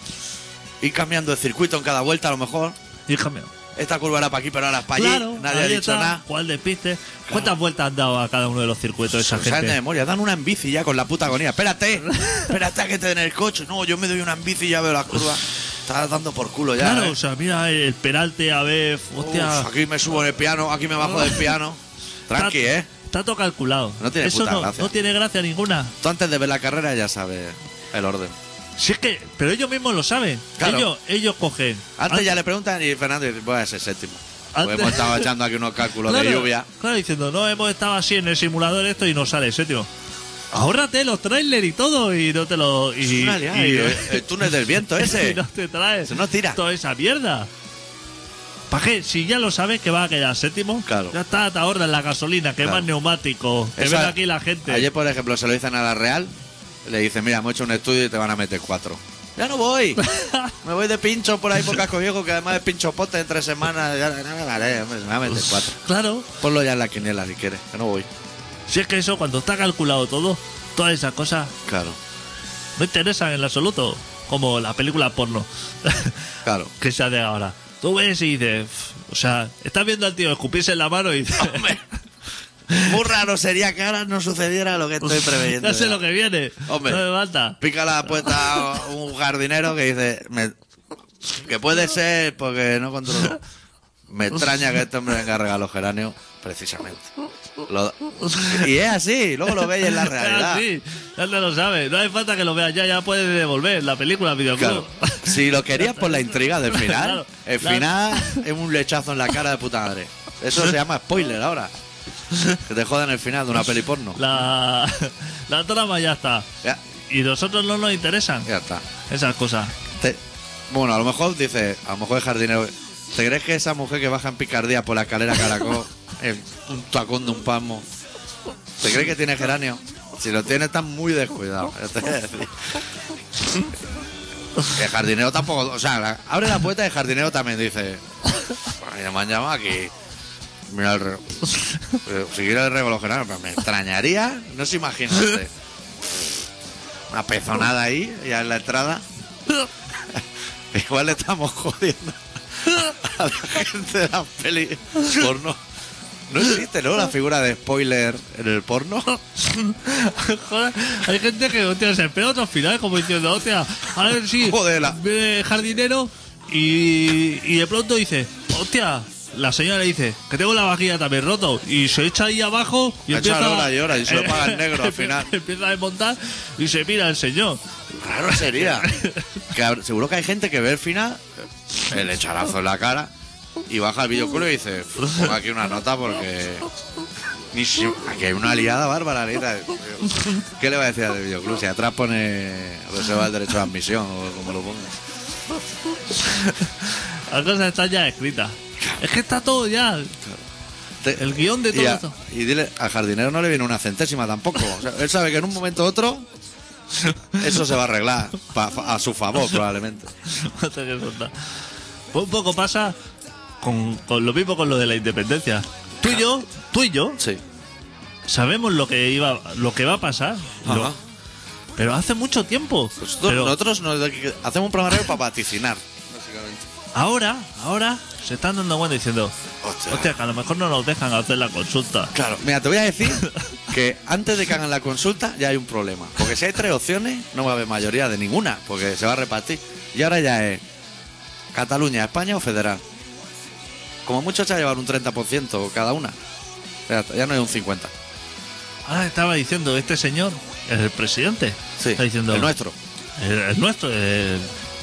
[SPEAKER 1] Ir cambiando de circuito en cada vuelta, a lo mejor.
[SPEAKER 2] Y cambio.
[SPEAKER 1] Esta curva era para aquí, pero ahora es para allí.
[SPEAKER 2] Claro,
[SPEAKER 1] Nadie ha
[SPEAKER 2] ahí
[SPEAKER 1] dicho
[SPEAKER 2] está,
[SPEAKER 1] nada.
[SPEAKER 2] ¿Cuál despiste? ¿Cuántas vueltas han dado a cada uno de los circuitos
[SPEAKER 1] Se
[SPEAKER 2] esa
[SPEAKER 1] lo saben de
[SPEAKER 2] gente?
[SPEAKER 1] memoria, dan una en bici ya con la puta agonía. Espérate, espérate a que te den el coche. No, yo me doy una en bici y ya veo las curvas. Estás dando por culo ya.
[SPEAKER 2] Claro,
[SPEAKER 1] ¿eh?
[SPEAKER 2] o sea, mira el peralte, a ver, hostia.
[SPEAKER 1] Uf, aquí me subo en el piano, aquí me bajo del piano. Tranqui,
[SPEAKER 2] Está-
[SPEAKER 1] ¿eh?
[SPEAKER 2] Está todo calculado.
[SPEAKER 1] No tiene
[SPEAKER 2] Eso
[SPEAKER 1] puta
[SPEAKER 2] no,
[SPEAKER 1] gracia.
[SPEAKER 2] no tiene gracia ninguna.
[SPEAKER 1] Tú antes de ver la carrera ya sabes el orden.
[SPEAKER 2] Si es que, pero ellos mismos lo saben.
[SPEAKER 1] Claro.
[SPEAKER 2] Ellos, ellos cogen.
[SPEAKER 1] Antes ya le preguntan y Fernando dice, voy a ser séptimo. Pues
[SPEAKER 2] Antes-
[SPEAKER 1] hemos estado echando aquí unos cálculos
[SPEAKER 2] claro,
[SPEAKER 1] de lluvia.
[SPEAKER 2] Claro, diciendo, no hemos estado así en el simulador esto y no sale ese tío. Ahórrate los trailers y todo y no te lo. Y,
[SPEAKER 1] Una liada,
[SPEAKER 2] y-
[SPEAKER 1] y eh, el, el túnel del viento
[SPEAKER 2] y
[SPEAKER 1] ese.
[SPEAKER 2] no te traes.
[SPEAKER 1] Eso no tira.
[SPEAKER 2] Toda esa mierda. ¿Para qué? Si ya lo sabes que va a quedar séptimo.
[SPEAKER 1] Claro.
[SPEAKER 2] Ya está, te ahorras la gasolina, que
[SPEAKER 1] Claro.
[SPEAKER 2] más neumático. Que
[SPEAKER 1] Eso
[SPEAKER 2] ven
[SPEAKER 1] a-
[SPEAKER 2] aquí la gente.
[SPEAKER 1] Ayer, por ejemplo, se lo dicen a la Real. Le dicen, mira, hemos hecho un estudio y te van a meter cuatro. Ya no voy. Me voy de pincho por ahí por casco viejo, que además es pincho pote en tres semanas. Ya, ya me vale, hombre, me va a meter cuatro.
[SPEAKER 2] Claro.
[SPEAKER 1] Ponlo ya en la quiniela si quieres, que no voy.
[SPEAKER 2] Si es que eso, cuando está calculado todo, todas esas cosas
[SPEAKER 1] Claro,
[SPEAKER 2] no interesan en lo absoluto. Como la película porno
[SPEAKER 1] claro.
[SPEAKER 2] que se hace ahora. Tú ves y dices, "Pff", o sea, estás viendo al tío escupirse en la mano y dices,
[SPEAKER 1] Muy raro sería que ahora no sucediera lo que estoy preveyendo.
[SPEAKER 2] pues, ya sé
[SPEAKER 1] ya.
[SPEAKER 2] lo que viene.
[SPEAKER 1] Hombre.
[SPEAKER 2] No me falta.
[SPEAKER 1] Pica la puerta a un jardinero que dice "Me- que puede ser porque no controlo. Me extraña que este hombre venga a regalos geráneos, precisamente. Lo- y es así, luego lo veis en la realidad.
[SPEAKER 2] Ah, sí, ya te lo sabes. No hay falta que lo veas ya, ya puedes devolver la película al videoclub.
[SPEAKER 1] Claro. Si lo querías por la intriga del final,
[SPEAKER 2] Claro,
[SPEAKER 1] el
[SPEAKER 2] claro.
[SPEAKER 1] final es un lechazo en la cara de puta madre. Eso se llama spoiler ahora. Que te jodan el final de una peli porno.
[SPEAKER 2] La, la trama ya está.
[SPEAKER 1] Ya,
[SPEAKER 2] Y nosotros no nos interesan
[SPEAKER 1] ya está.
[SPEAKER 2] esas cosas.
[SPEAKER 1] Te- bueno, a lo mejor dice, a lo mejor el jardinero. ¿Te crees que esa mujer que baja en picardía por la escalera caracol, el, un tacón de un palmo, ¿te crees que tiene geranio? Si lo tiene, está muy descuidado. yo te voy a decir. El jardinero tampoco. O sea, la- abre la puerta y el jardinero también dice: "Ay, Me han llamado aquí. Mira el reloj. Eh, Si quiero el reloj geranio, pero me extrañaría. No se imagina usted. Una pezonada ahí, ya en la entrada. Igual le estamos jodiendo a la gente de las pelis porno. No existe, ¿no? La figura de spoiler en el porno.
[SPEAKER 2] Joder, hay gente que hostia, se espera otros finales como diciendo, hostia, a ver si
[SPEAKER 1] Joder, la-
[SPEAKER 2] viene el jardinero y, y de pronto dice, hostia, la señora le dice, que tengo la vajilla también roto y se echa ahí abajo y
[SPEAKER 1] La
[SPEAKER 2] empieza
[SPEAKER 1] echa llora, llora, y se lo paga el negro al final.
[SPEAKER 2] empieza a desmontar y se mira el señor.
[SPEAKER 1] Claro sería. Que hab- seguro que hay gente que ve el final, el echarazo en la cara, y baja el videoculo y dice, pongo aquí una nota porque... ni si- Aquí hay una liada bárbara, neta. ¿Qué le va a decir al videoclub? Si atrás pone reserva el derecho de admisión o como lo ponga.
[SPEAKER 2] Las cosas están ya escritas. Es que está todo ya.
[SPEAKER 1] Te-
[SPEAKER 2] El guión de
[SPEAKER 1] y
[SPEAKER 2] todo
[SPEAKER 1] a-
[SPEAKER 2] esto.
[SPEAKER 1] Y dile, al jardinero no le viene una centésima tampoco. O sea, él sabe que en un momento u otro eso se va a arreglar pa- a su favor probablemente.
[SPEAKER 2] Hostia, qué tonta. Pues un poco pasa con, con lo mismo con lo de la independencia. Tú y yo, tú y yo,
[SPEAKER 1] Sí.
[SPEAKER 2] sabemos lo que iba lo que va a pasar
[SPEAKER 1] Ajá. Pues
[SPEAKER 2] Lo- pero hace mucho tiempo
[SPEAKER 1] Nosotros,
[SPEAKER 2] pero
[SPEAKER 1] nosotros nos de- hacemos un programa para vaticinar.
[SPEAKER 2] ahora ahora se están dando cuenta diciendo hostia que a lo mejor no nos dejan hacer la consulta
[SPEAKER 1] Claro. Mira, te voy a decir que antes de que hagan la consulta ya hay un problema. Porque si hay tres opciones, no va a haber mayoría de ninguna, porque se va a repartir. Y ahora ya es Cataluña, España o federal. Como mucho se va a llevar un 30% cada una. Ya, está, ya no hay un 50%.
[SPEAKER 2] ahora estaba diciendo este señor el presidente
[SPEAKER 1] Sí,
[SPEAKER 2] está diciendo
[SPEAKER 1] el nuestro,
[SPEAKER 2] el, el nuestro el,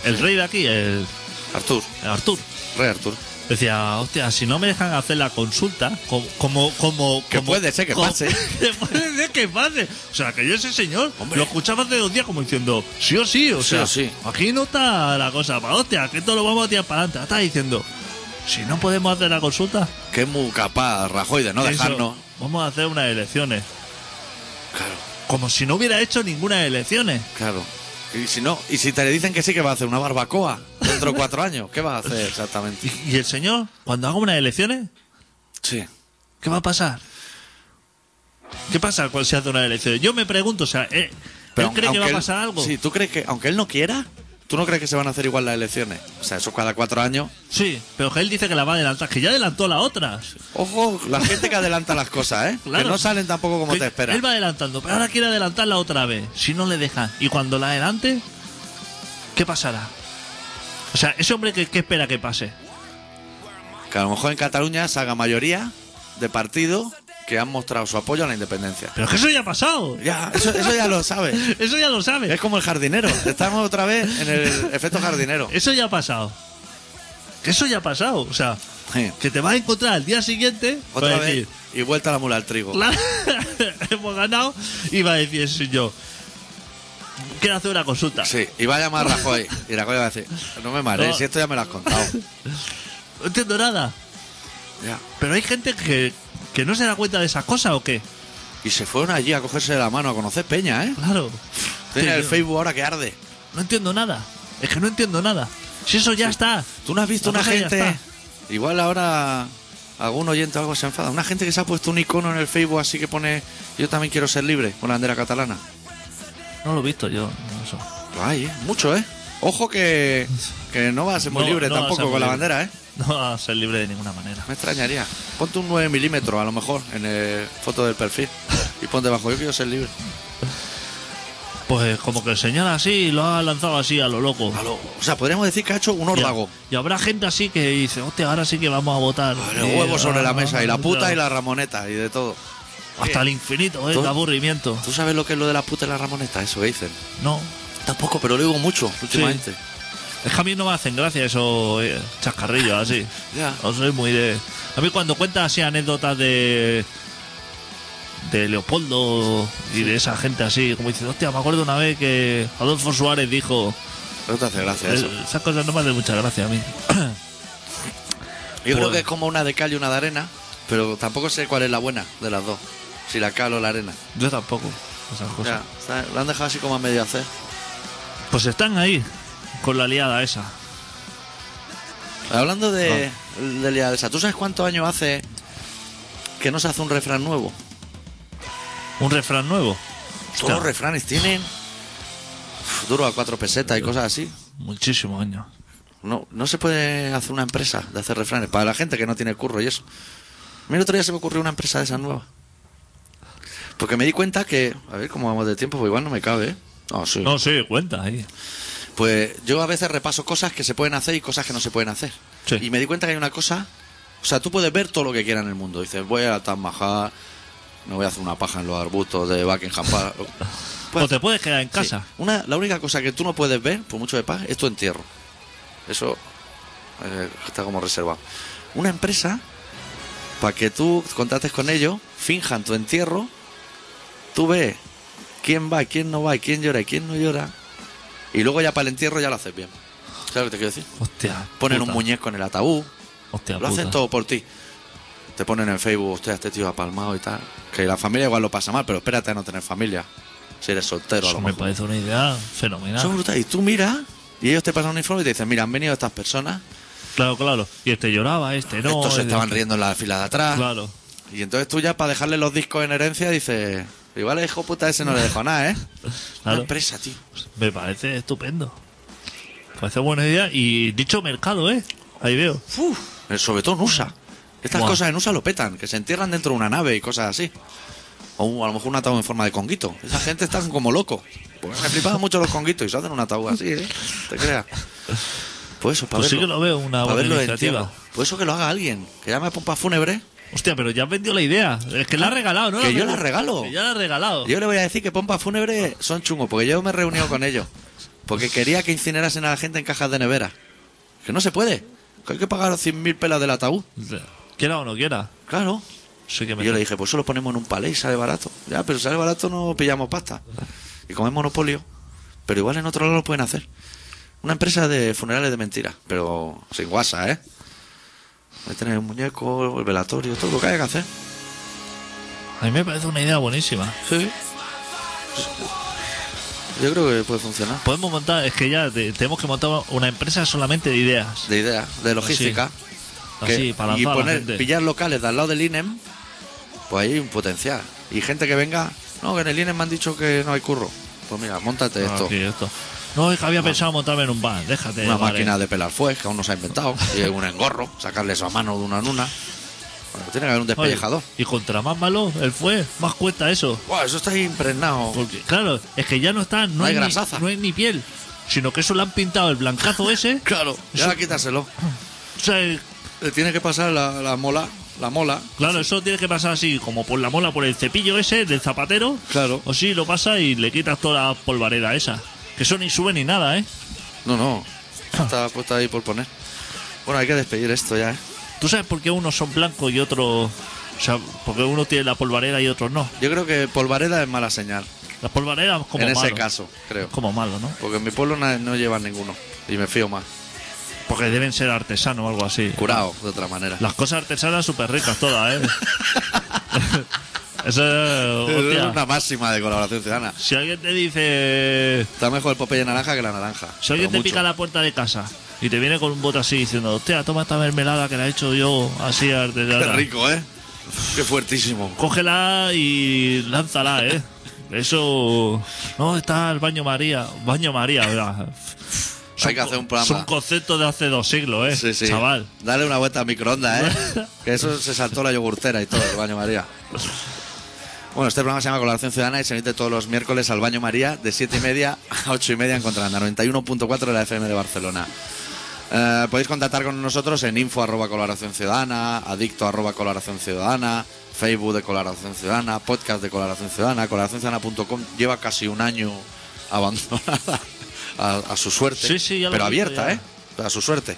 [SPEAKER 2] el rey de aquí el,
[SPEAKER 1] Artur,
[SPEAKER 2] el Artur
[SPEAKER 1] Rey Artur.
[SPEAKER 2] Decía, hostia, si no me dejan hacer la consulta, como. como, como
[SPEAKER 1] Que
[SPEAKER 2] como-
[SPEAKER 1] puede ser que
[SPEAKER 2] como-
[SPEAKER 1] pase.
[SPEAKER 2] que puede ser que pase. O sea, que yo ese señor
[SPEAKER 1] Hombre.
[SPEAKER 2] lo escuchaba hace dos días como diciendo, sí o sí, o
[SPEAKER 1] Sí
[SPEAKER 2] sea,
[SPEAKER 1] o sí.
[SPEAKER 2] aquí no está la cosa, pa, hostia, que todo lo vamos a tirar para adelante. Está diciendo, si no podemos hacer la consulta,
[SPEAKER 1] Que es muy capaz Rajoy de no
[SPEAKER 2] eso,
[SPEAKER 1] dejarnos.
[SPEAKER 2] vamos a hacer unas elecciones.
[SPEAKER 1] Claro,
[SPEAKER 2] Como si no hubiera hecho ninguna elecciones.
[SPEAKER 1] claro. Y si no, y si te le dicen que sí que va a hacer una barbacoa dentro de cuatro años, ¿qué va a hacer exactamente?
[SPEAKER 2] Y, y el señor, cuando haga unas elecciones,
[SPEAKER 1] Sí.
[SPEAKER 2] ¿Qué va a pasar? ¿Qué pasa cuando se hace una elección? Yo me pregunto, o sea, ¿eh, ¿él cree que va a
[SPEAKER 1] él-
[SPEAKER 2] pasar algo?
[SPEAKER 1] Sí, tú crees que, aunque él no quiera, tú no crees que se van a hacer igual las elecciones. O sea, eso cada cuatro años.
[SPEAKER 2] Sí, pero que él dice que la va a adelantar, que ya adelantó la otra.
[SPEAKER 1] Ojo, la gente que adelanta las cosas, ¿eh?
[SPEAKER 2] Claro.
[SPEAKER 1] Que no salen tampoco como
[SPEAKER 2] Que
[SPEAKER 1] te esperan.
[SPEAKER 2] Él va adelantando, pero ahora quiere adelantarla otra vez, si no le dejan. Y cuando la adelante, ¿qué pasará? O sea, ese hombre, que, que espera que pase?
[SPEAKER 1] Que a lo mejor en Cataluña se haga mayoría de partido que han mostrado su apoyo a la independencia.
[SPEAKER 2] Pero es que eso ya ha pasado.
[SPEAKER 1] Ya, eso, eso ya lo sabes.
[SPEAKER 2] Eso ya lo sabes.
[SPEAKER 1] Es como el jardinero. Estamos otra vez en el efecto jardinero.
[SPEAKER 2] Eso ya ha pasado. Que eso ya ha pasado. O sea,
[SPEAKER 1] Sí.
[SPEAKER 2] que te vas a encontrar al día siguiente. vas
[SPEAKER 1] Otra
[SPEAKER 2] a
[SPEAKER 1] vez
[SPEAKER 2] decir,
[SPEAKER 1] y vuelta la mula al trigo.
[SPEAKER 2] Pues "La- hemos ganado. Y va a decir, soy yo. Quiero hacer una consulta.
[SPEAKER 1] Sí, y va a llamar a Rajoy. Y Rajoy va a decir, no me marees,
[SPEAKER 2] No.
[SPEAKER 1] si esto ya me lo has contado.
[SPEAKER 2] No entiendo nada.
[SPEAKER 1] Ya.
[SPEAKER 2] Pero hay gente que, que no se da cuenta de esas cosas o qué.
[SPEAKER 1] Y se fueron allí a cogerse de la mano, a conocer Peña, ¿eh?
[SPEAKER 2] Claro.
[SPEAKER 1] Tiene
[SPEAKER 2] Sí,
[SPEAKER 1] el
[SPEAKER 2] yo-
[SPEAKER 1] Facebook ahora que arde.
[SPEAKER 2] No entiendo nada. Es que no entiendo nada. Si eso ya está.
[SPEAKER 1] ¿Tú no has visto una
[SPEAKER 2] La cosa ya
[SPEAKER 1] gente?
[SPEAKER 2] está.
[SPEAKER 1] Igual ahora algún oyente o algo se enfada. Una gente que se ha puesto un icono en el Facebook así que pone yo también quiero ser libre con la bandera catalana.
[SPEAKER 2] No lo he visto yo. no, eso.
[SPEAKER 1] Lo hay, ¿eh? Mucho, ¿eh? Ojo que, que no va a ser muy
[SPEAKER 2] No,
[SPEAKER 1] libre
[SPEAKER 2] no va a
[SPEAKER 1] tampoco
[SPEAKER 2] ser muy
[SPEAKER 1] con la
[SPEAKER 2] libre.
[SPEAKER 1] bandera, ¿eh?
[SPEAKER 2] No va a ser libre de ninguna manera.
[SPEAKER 1] Me extrañaría. Ponte un 9 milímetros a lo mejor en eh, foto del perfil y ponte bajo yo quiero ser libre.
[SPEAKER 2] Pues como que el señor así lo ha lanzado así a lo loco.
[SPEAKER 1] A lo- o sea, podríamos decir que ha hecho un
[SPEAKER 2] Y,
[SPEAKER 1] órdago.
[SPEAKER 2] y habrá gente así que dice, hostia, ahora sí que vamos a votar.
[SPEAKER 1] Los
[SPEAKER 2] Eh,
[SPEAKER 1] huevos sobre la mesa y la puta
[SPEAKER 2] claro.
[SPEAKER 1] y la ramoneta y de todo.
[SPEAKER 2] Hasta el infinito, eh,
[SPEAKER 1] ¿Tú?
[SPEAKER 2] de aburrimiento.
[SPEAKER 1] ¿Tú sabes lo que es lo de la puta y la ramoneta? Eso que dicen.
[SPEAKER 2] No.
[SPEAKER 1] Tampoco, pero lo digo mucho últimamente.
[SPEAKER 2] Es que a mí no me hacen gracia esos eh, chascarrillos así.
[SPEAKER 1] Ya.
[SPEAKER 2] No soy muy de. A mí cuando cuentas así anécdotas de. de Leopoldo y de esa gente así, como diciendo, hostia, me acuerdo una vez que Adolfo Suárez dijo.
[SPEAKER 1] No te hace gracia eso.
[SPEAKER 2] eh, Esas cosas no me hacen mucha gracia a mí.
[SPEAKER 1] Yo creo
[SPEAKER 2] Pues-
[SPEAKER 1] que es como una de cal y una de arena, pero tampoco sé cuál es la buena de las dos. Si la cal o la arena.
[SPEAKER 2] Yo tampoco. Esas cosas.
[SPEAKER 1] Ya, está- lo han dejado así como a medio hacer.
[SPEAKER 2] Pues están ahí, con la liada esa.
[SPEAKER 1] Hablando de, de liada esa, ¿tú sabes cuántos años hace que no se hace un refrán nuevo?
[SPEAKER 2] Un refrán nuevo.
[SPEAKER 1] Todos
[SPEAKER 2] Claro.
[SPEAKER 1] los refranes tienen uf, duro a cuatro pesetas y cosas así.
[SPEAKER 2] Muchísimos años.
[SPEAKER 1] No, no se puede hacer una empresa de hacer refranes para la gente que no tiene curro y eso. A mí el otro día se me ocurrió una empresa de esas nuevas. Porque me di cuenta que, a ver cómo vamos de tiempo, pues igual no me cabe, ¿eh? No, sí.
[SPEAKER 2] No, sí, cuenta ahí.
[SPEAKER 1] Pues yo a veces repaso cosas que se pueden hacer y cosas que no se pueden hacer.
[SPEAKER 2] Sí.
[SPEAKER 1] Y me di cuenta que hay una cosa. O sea, tú puedes ver todo lo que quieras en el mundo. Dices, voy a Taj no voy a hacer una paja en los arbustos de Buckingham Palace. Pues-
[SPEAKER 2] o te puedes quedar en casa.
[SPEAKER 1] Sí. Una, la única cosa que tú no puedes ver, por mucho de paz, es tu entierro. Eso eh, está como reservado. Una empresa, para que tú contrates con ellos, finjan tu entierro, tú ves quién va, quién no va, quién llora y quién no llora, y luego ya para el entierro ya lo haces bien. ¿Sabes lo que te quiero decir?
[SPEAKER 2] Hostia.
[SPEAKER 1] Ponen
[SPEAKER 2] puta.
[SPEAKER 1] un muñeco en el ataúd,
[SPEAKER 2] Hostia,
[SPEAKER 1] lo hacen
[SPEAKER 2] puta.
[SPEAKER 1] todo por ti. Te ponen en Facebook, hostia, este tío ha palmado y tal. Que la familia igual lo pasa mal, pero espérate a no tener familia. Si eres soltero, a lo
[SPEAKER 2] Eso me
[SPEAKER 1] mejor.
[SPEAKER 2] parece una idea fenomenal.
[SPEAKER 1] Son brutales. Y tú miras y ellos te pasan un informe y te dicen, mira, han venido estas personas,
[SPEAKER 2] Claro, claro. Y este lloraba, este no.
[SPEAKER 1] estos se
[SPEAKER 2] el-
[SPEAKER 1] estaban riendo en la fila de atrás.
[SPEAKER 2] Claro.
[SPEAKER 1] Y entonces tú ya para dejarle los discos en herencia dices, igual el hijo puta ese no le dejó nada, ¿eh? Una
[SPEAKER 2] Claro.
[SPEAKER 1] empresa, tío.
[SPEAKER 2] Me parece estupendo. Parece buena idea. Y dicho mercado, ¿eh? Ahí veo.
[SPEAKER 1] Uf, eh, sobre todo en USA. Estas
[SPEAKER 2] Buah.
[SPEAKER 1] cosas en USA lo petan, que se entierran dentro de una nave y cosas así. O un- a lo mejor un ataúd en forma de conguito. Esa gente está como loco. Pues me flipaban mucho los conguitos y se hacen un ataúd así, ¿eh? Te creas. Pues eso, para
[SPEAKER 2] Pues sí
[SPEAKER 1] verlo.
[SPEAKER 2] que lo veo una
[SPEAKER 1] Pa'
[SPEAKER 2] buena
[SPEAKER 1] verlo de
[SPEAKER 2] iniciativa.
[SPEAKER 1] entierro. Pues eso que lo haga alguien, que llame a pompa fúnebre.
[SPEAKER 2] Hostia, pero ya has vendido la idea. Es que la has regalado, ¿no?
[SPEAKER 1] Que yo
[SPEAKER 2] has
[SPEAKER 1] la regalo.
[SPEAKER 2] Que ya la has regalado.
[SPEAKER 1] Yo le voy a decir que pompas fúnebres son chungos, porque yo me he reunido con ellos. Porque quería que incinerasen a la gente en cajas de nevera. Que no se puede. Que hay que pagar 100.000 pelas del ataúd.
[SPEAKER 2] Quiera o no quiera.
[SPEAKER 1] Claro.
[SPEAKER 2] Sí que
[SPEAKER 1] Y
[SPEAKER 2] me
[SPEAKER 1] yo le dije, pues eso lo ponemos en un palé y sale barato. Ya, pero sale barato no pillamos pasta. Y como es monopolio. Pero igual en otro lado lo pueden hacer. Una empresa de funerales de mentira. Pero sin guasa, ¿eh? Voy a tener un muñeco, el velatorio, todo lo que haya que hacer.
[SPEAKER 2] A mí me parece una idea buenísima.
[SPEAKER 1] Sí. Yo creo que puede funcionar.
[SPEAKER 2] Podemos montar, es que ya te- tenemos que montar una empresa solamente de ideas.
[SPEAKER 1] de idea, de logística. que-
[SPEAKER 2] Así, para
[SPEAKER 1] y
[SPEAKER 2] lanzar a la
[SPEAKER 1] poner,
[SPEAKER 2] gente.
[SPEAKER 1] pillar locales de al lado del INEM, pues ahí hay un potencial. Y gente que venga, no, que en el INEM me han dicho que no hay curro. Pues mira, montate
[SPEAKER 2] Ah,
[SPEAKER 1] esto.
[SPEAKER 2] sí, esto. No, es que había pensado montarme en un bar. Déjate.
[SPEAKER 1] Una
[SPEAKER 2] de bares.
[SPEAKER 1] máquina de pelar fuez que aún no se ha inventado. Y un engorro, sacarle eso a mano de una en una. Bueno, tiene que haber un
[SPEAKER 2] Oye,
[SPEAKER 1] despellejador.
[SPEAKER 2] Y contra más malo él fue, más cuesta eso.
[SPEAKER 1] Buah, eso está ahí impregnado.
[SPEAKER 2] Porque, claro, es que ya no está, no,
[SPEAKER 1] No hay
[SPEAKER 2] es ni-
[SPEAKER 1] grasaza.
[SPEAKER 2] no es ni piel, sino que eso le han pintado el blancazo ese.
[SPEAKER 1] Claro, ya
[SPEAKER 2] Eso-
[SPEAKER 1] quitárselo.
[SPEAKER 2] o sea, el-
[SPEAKER 1] Le tiene que pasar la, la mola la mola.
[SPEAKER 2] Claro, eso tiene que pasar así, como por la mola, por el cepillo ese del zapatero.
[SPEAKER 1] Claro.
[SPEAKER 2] O sí, lo pasa y le quitas toda la polvareda esa. Que eso ni sube ni nada, ¿eh?
[SPEAKER 1] No, no. Está puesta ahí por poner. Bueno, hay que despedir esto ya, ¿eh?
[SPEAKER 2] ¿Tú sabes por qué unos son blancos y otros... O sea, porque uno tiene la polvareda y otros no.
[SPEAKER 1] Yo creo que polvareda es mala señal.
[SPEAKER 2] Las polvaredas como
[SPEAKER 1] en ese
[SPEAKER 2] malo.
[SPEAKER 1] caso, creo.
[SPEAKER 2] Como malo, ¿no?
[SPEAKER 1] Porque en mi pueblo na- no llevan ninguno. Y me fío más.
[SPEAKER 2] Porque deben ser artesanos o algo así.
[SPEAKER 1] Curado, de otra manera.
[SPEAKER 2] Las cosas artesanas súper ricas todas, ¿eh? Eso es...
[SPEAKER 1] Eso
[SPEAKER 2] hostia.
[SPEAKER 1] Es una máxima de colaboración ciudadana.
[SPEAKER 2] Si alguien te dice...
[SPEAKER 1] Está mejor el Popeye naranja que la naranja.
[SPEAKER 2] Si alguien
[SPEAKER 1] pero
[SPEAKER 2] te pica
[SPEAKER 1] mucho.
[SPEAKER 2] la puerta de casa y te viene con un bote así diciendo, hostia, toma esta mermelada que la he hecho yo así
[SPEAKER 1] Qué
[SPEAKER 2] artesana.
[SPEAKER 1] rico, ¿eh? Qué fuertísimo.
[SPEAKER 2] Cógela y lánzala, ¿eh? Eso... No, está el baño María. Baño María, ¿verdad?
[SPEAKER 1] Hay que hacer un programa.
[SPEAKER 2] Es un concepto de hace dos siglos, ¿eh?
[SPEAKER 1] Pues Sí, sí.
[SPEAKER 2] Chaval.
[SPEAKER 1] Dale una vuelta a microondas, ¿eh? que eso se saltó la yogurtera y todo, el baño María. Bueno, este programa se llama Colaboración Ciudadana y se emite todos los miércoles al baño María de 7 y media a 8 y media en Contralanda, 91.4 de la FM de Barcelona. Eh, podéis contactar con nosotros en info arroba colaboración ciudadana, adicto arroba colaboración ciudadana, Facebook de colaboración ciudadana, podcast de colaboración ciudadana, colaboracionciudadana.com lleva casi un año abandonada a, a su suerte,
[SPEAKER 2] Sí, sí, ya lo
[SPEAKER 1] pero
[SPEAKER 2] he visto
[SPEAKER 1] abierta,
[SPEAKER 2] ya.
[SPEAKER 1] ¿eh? A su suerte.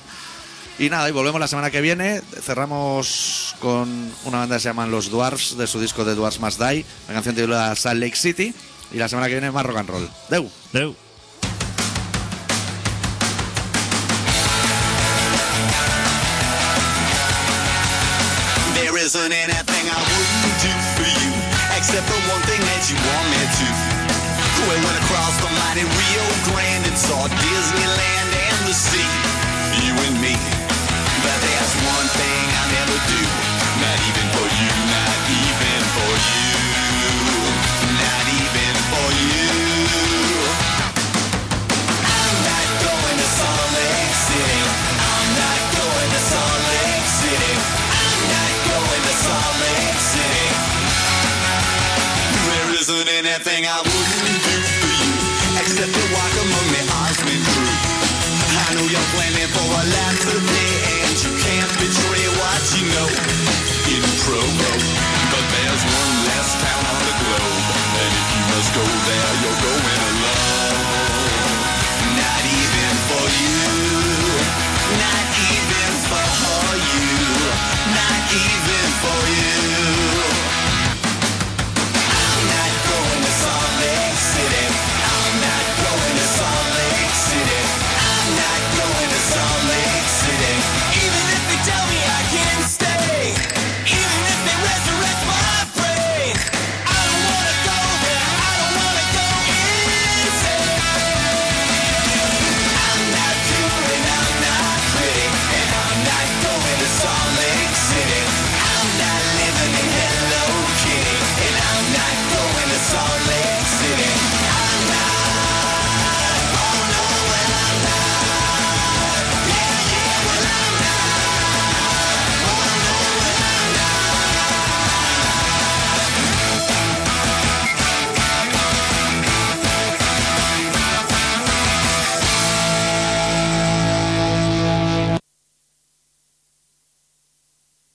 [SPEAKER 1] Y nada, y volvemos la semana que viene. Cerramos con una banda que se llama Los Dwarfs, de su disco de Dwarfs Must Die, la canción titulada Salt Lake City. Y la semana que viene más rock and roll. Deu.
[SPEAKER 2] Deu.
[SPEAKER 7] There isn't anything I wouldn't do for you, except for one thing that you want me to. We went across the mighty Rio Grande and saw Disneyland and the sea, you and me. But there's one thing I never do, not even for you, not even for you, not even for you. I'm not going to Salt Lake City. I'm not going to Salt Lake City. There isn't anything I would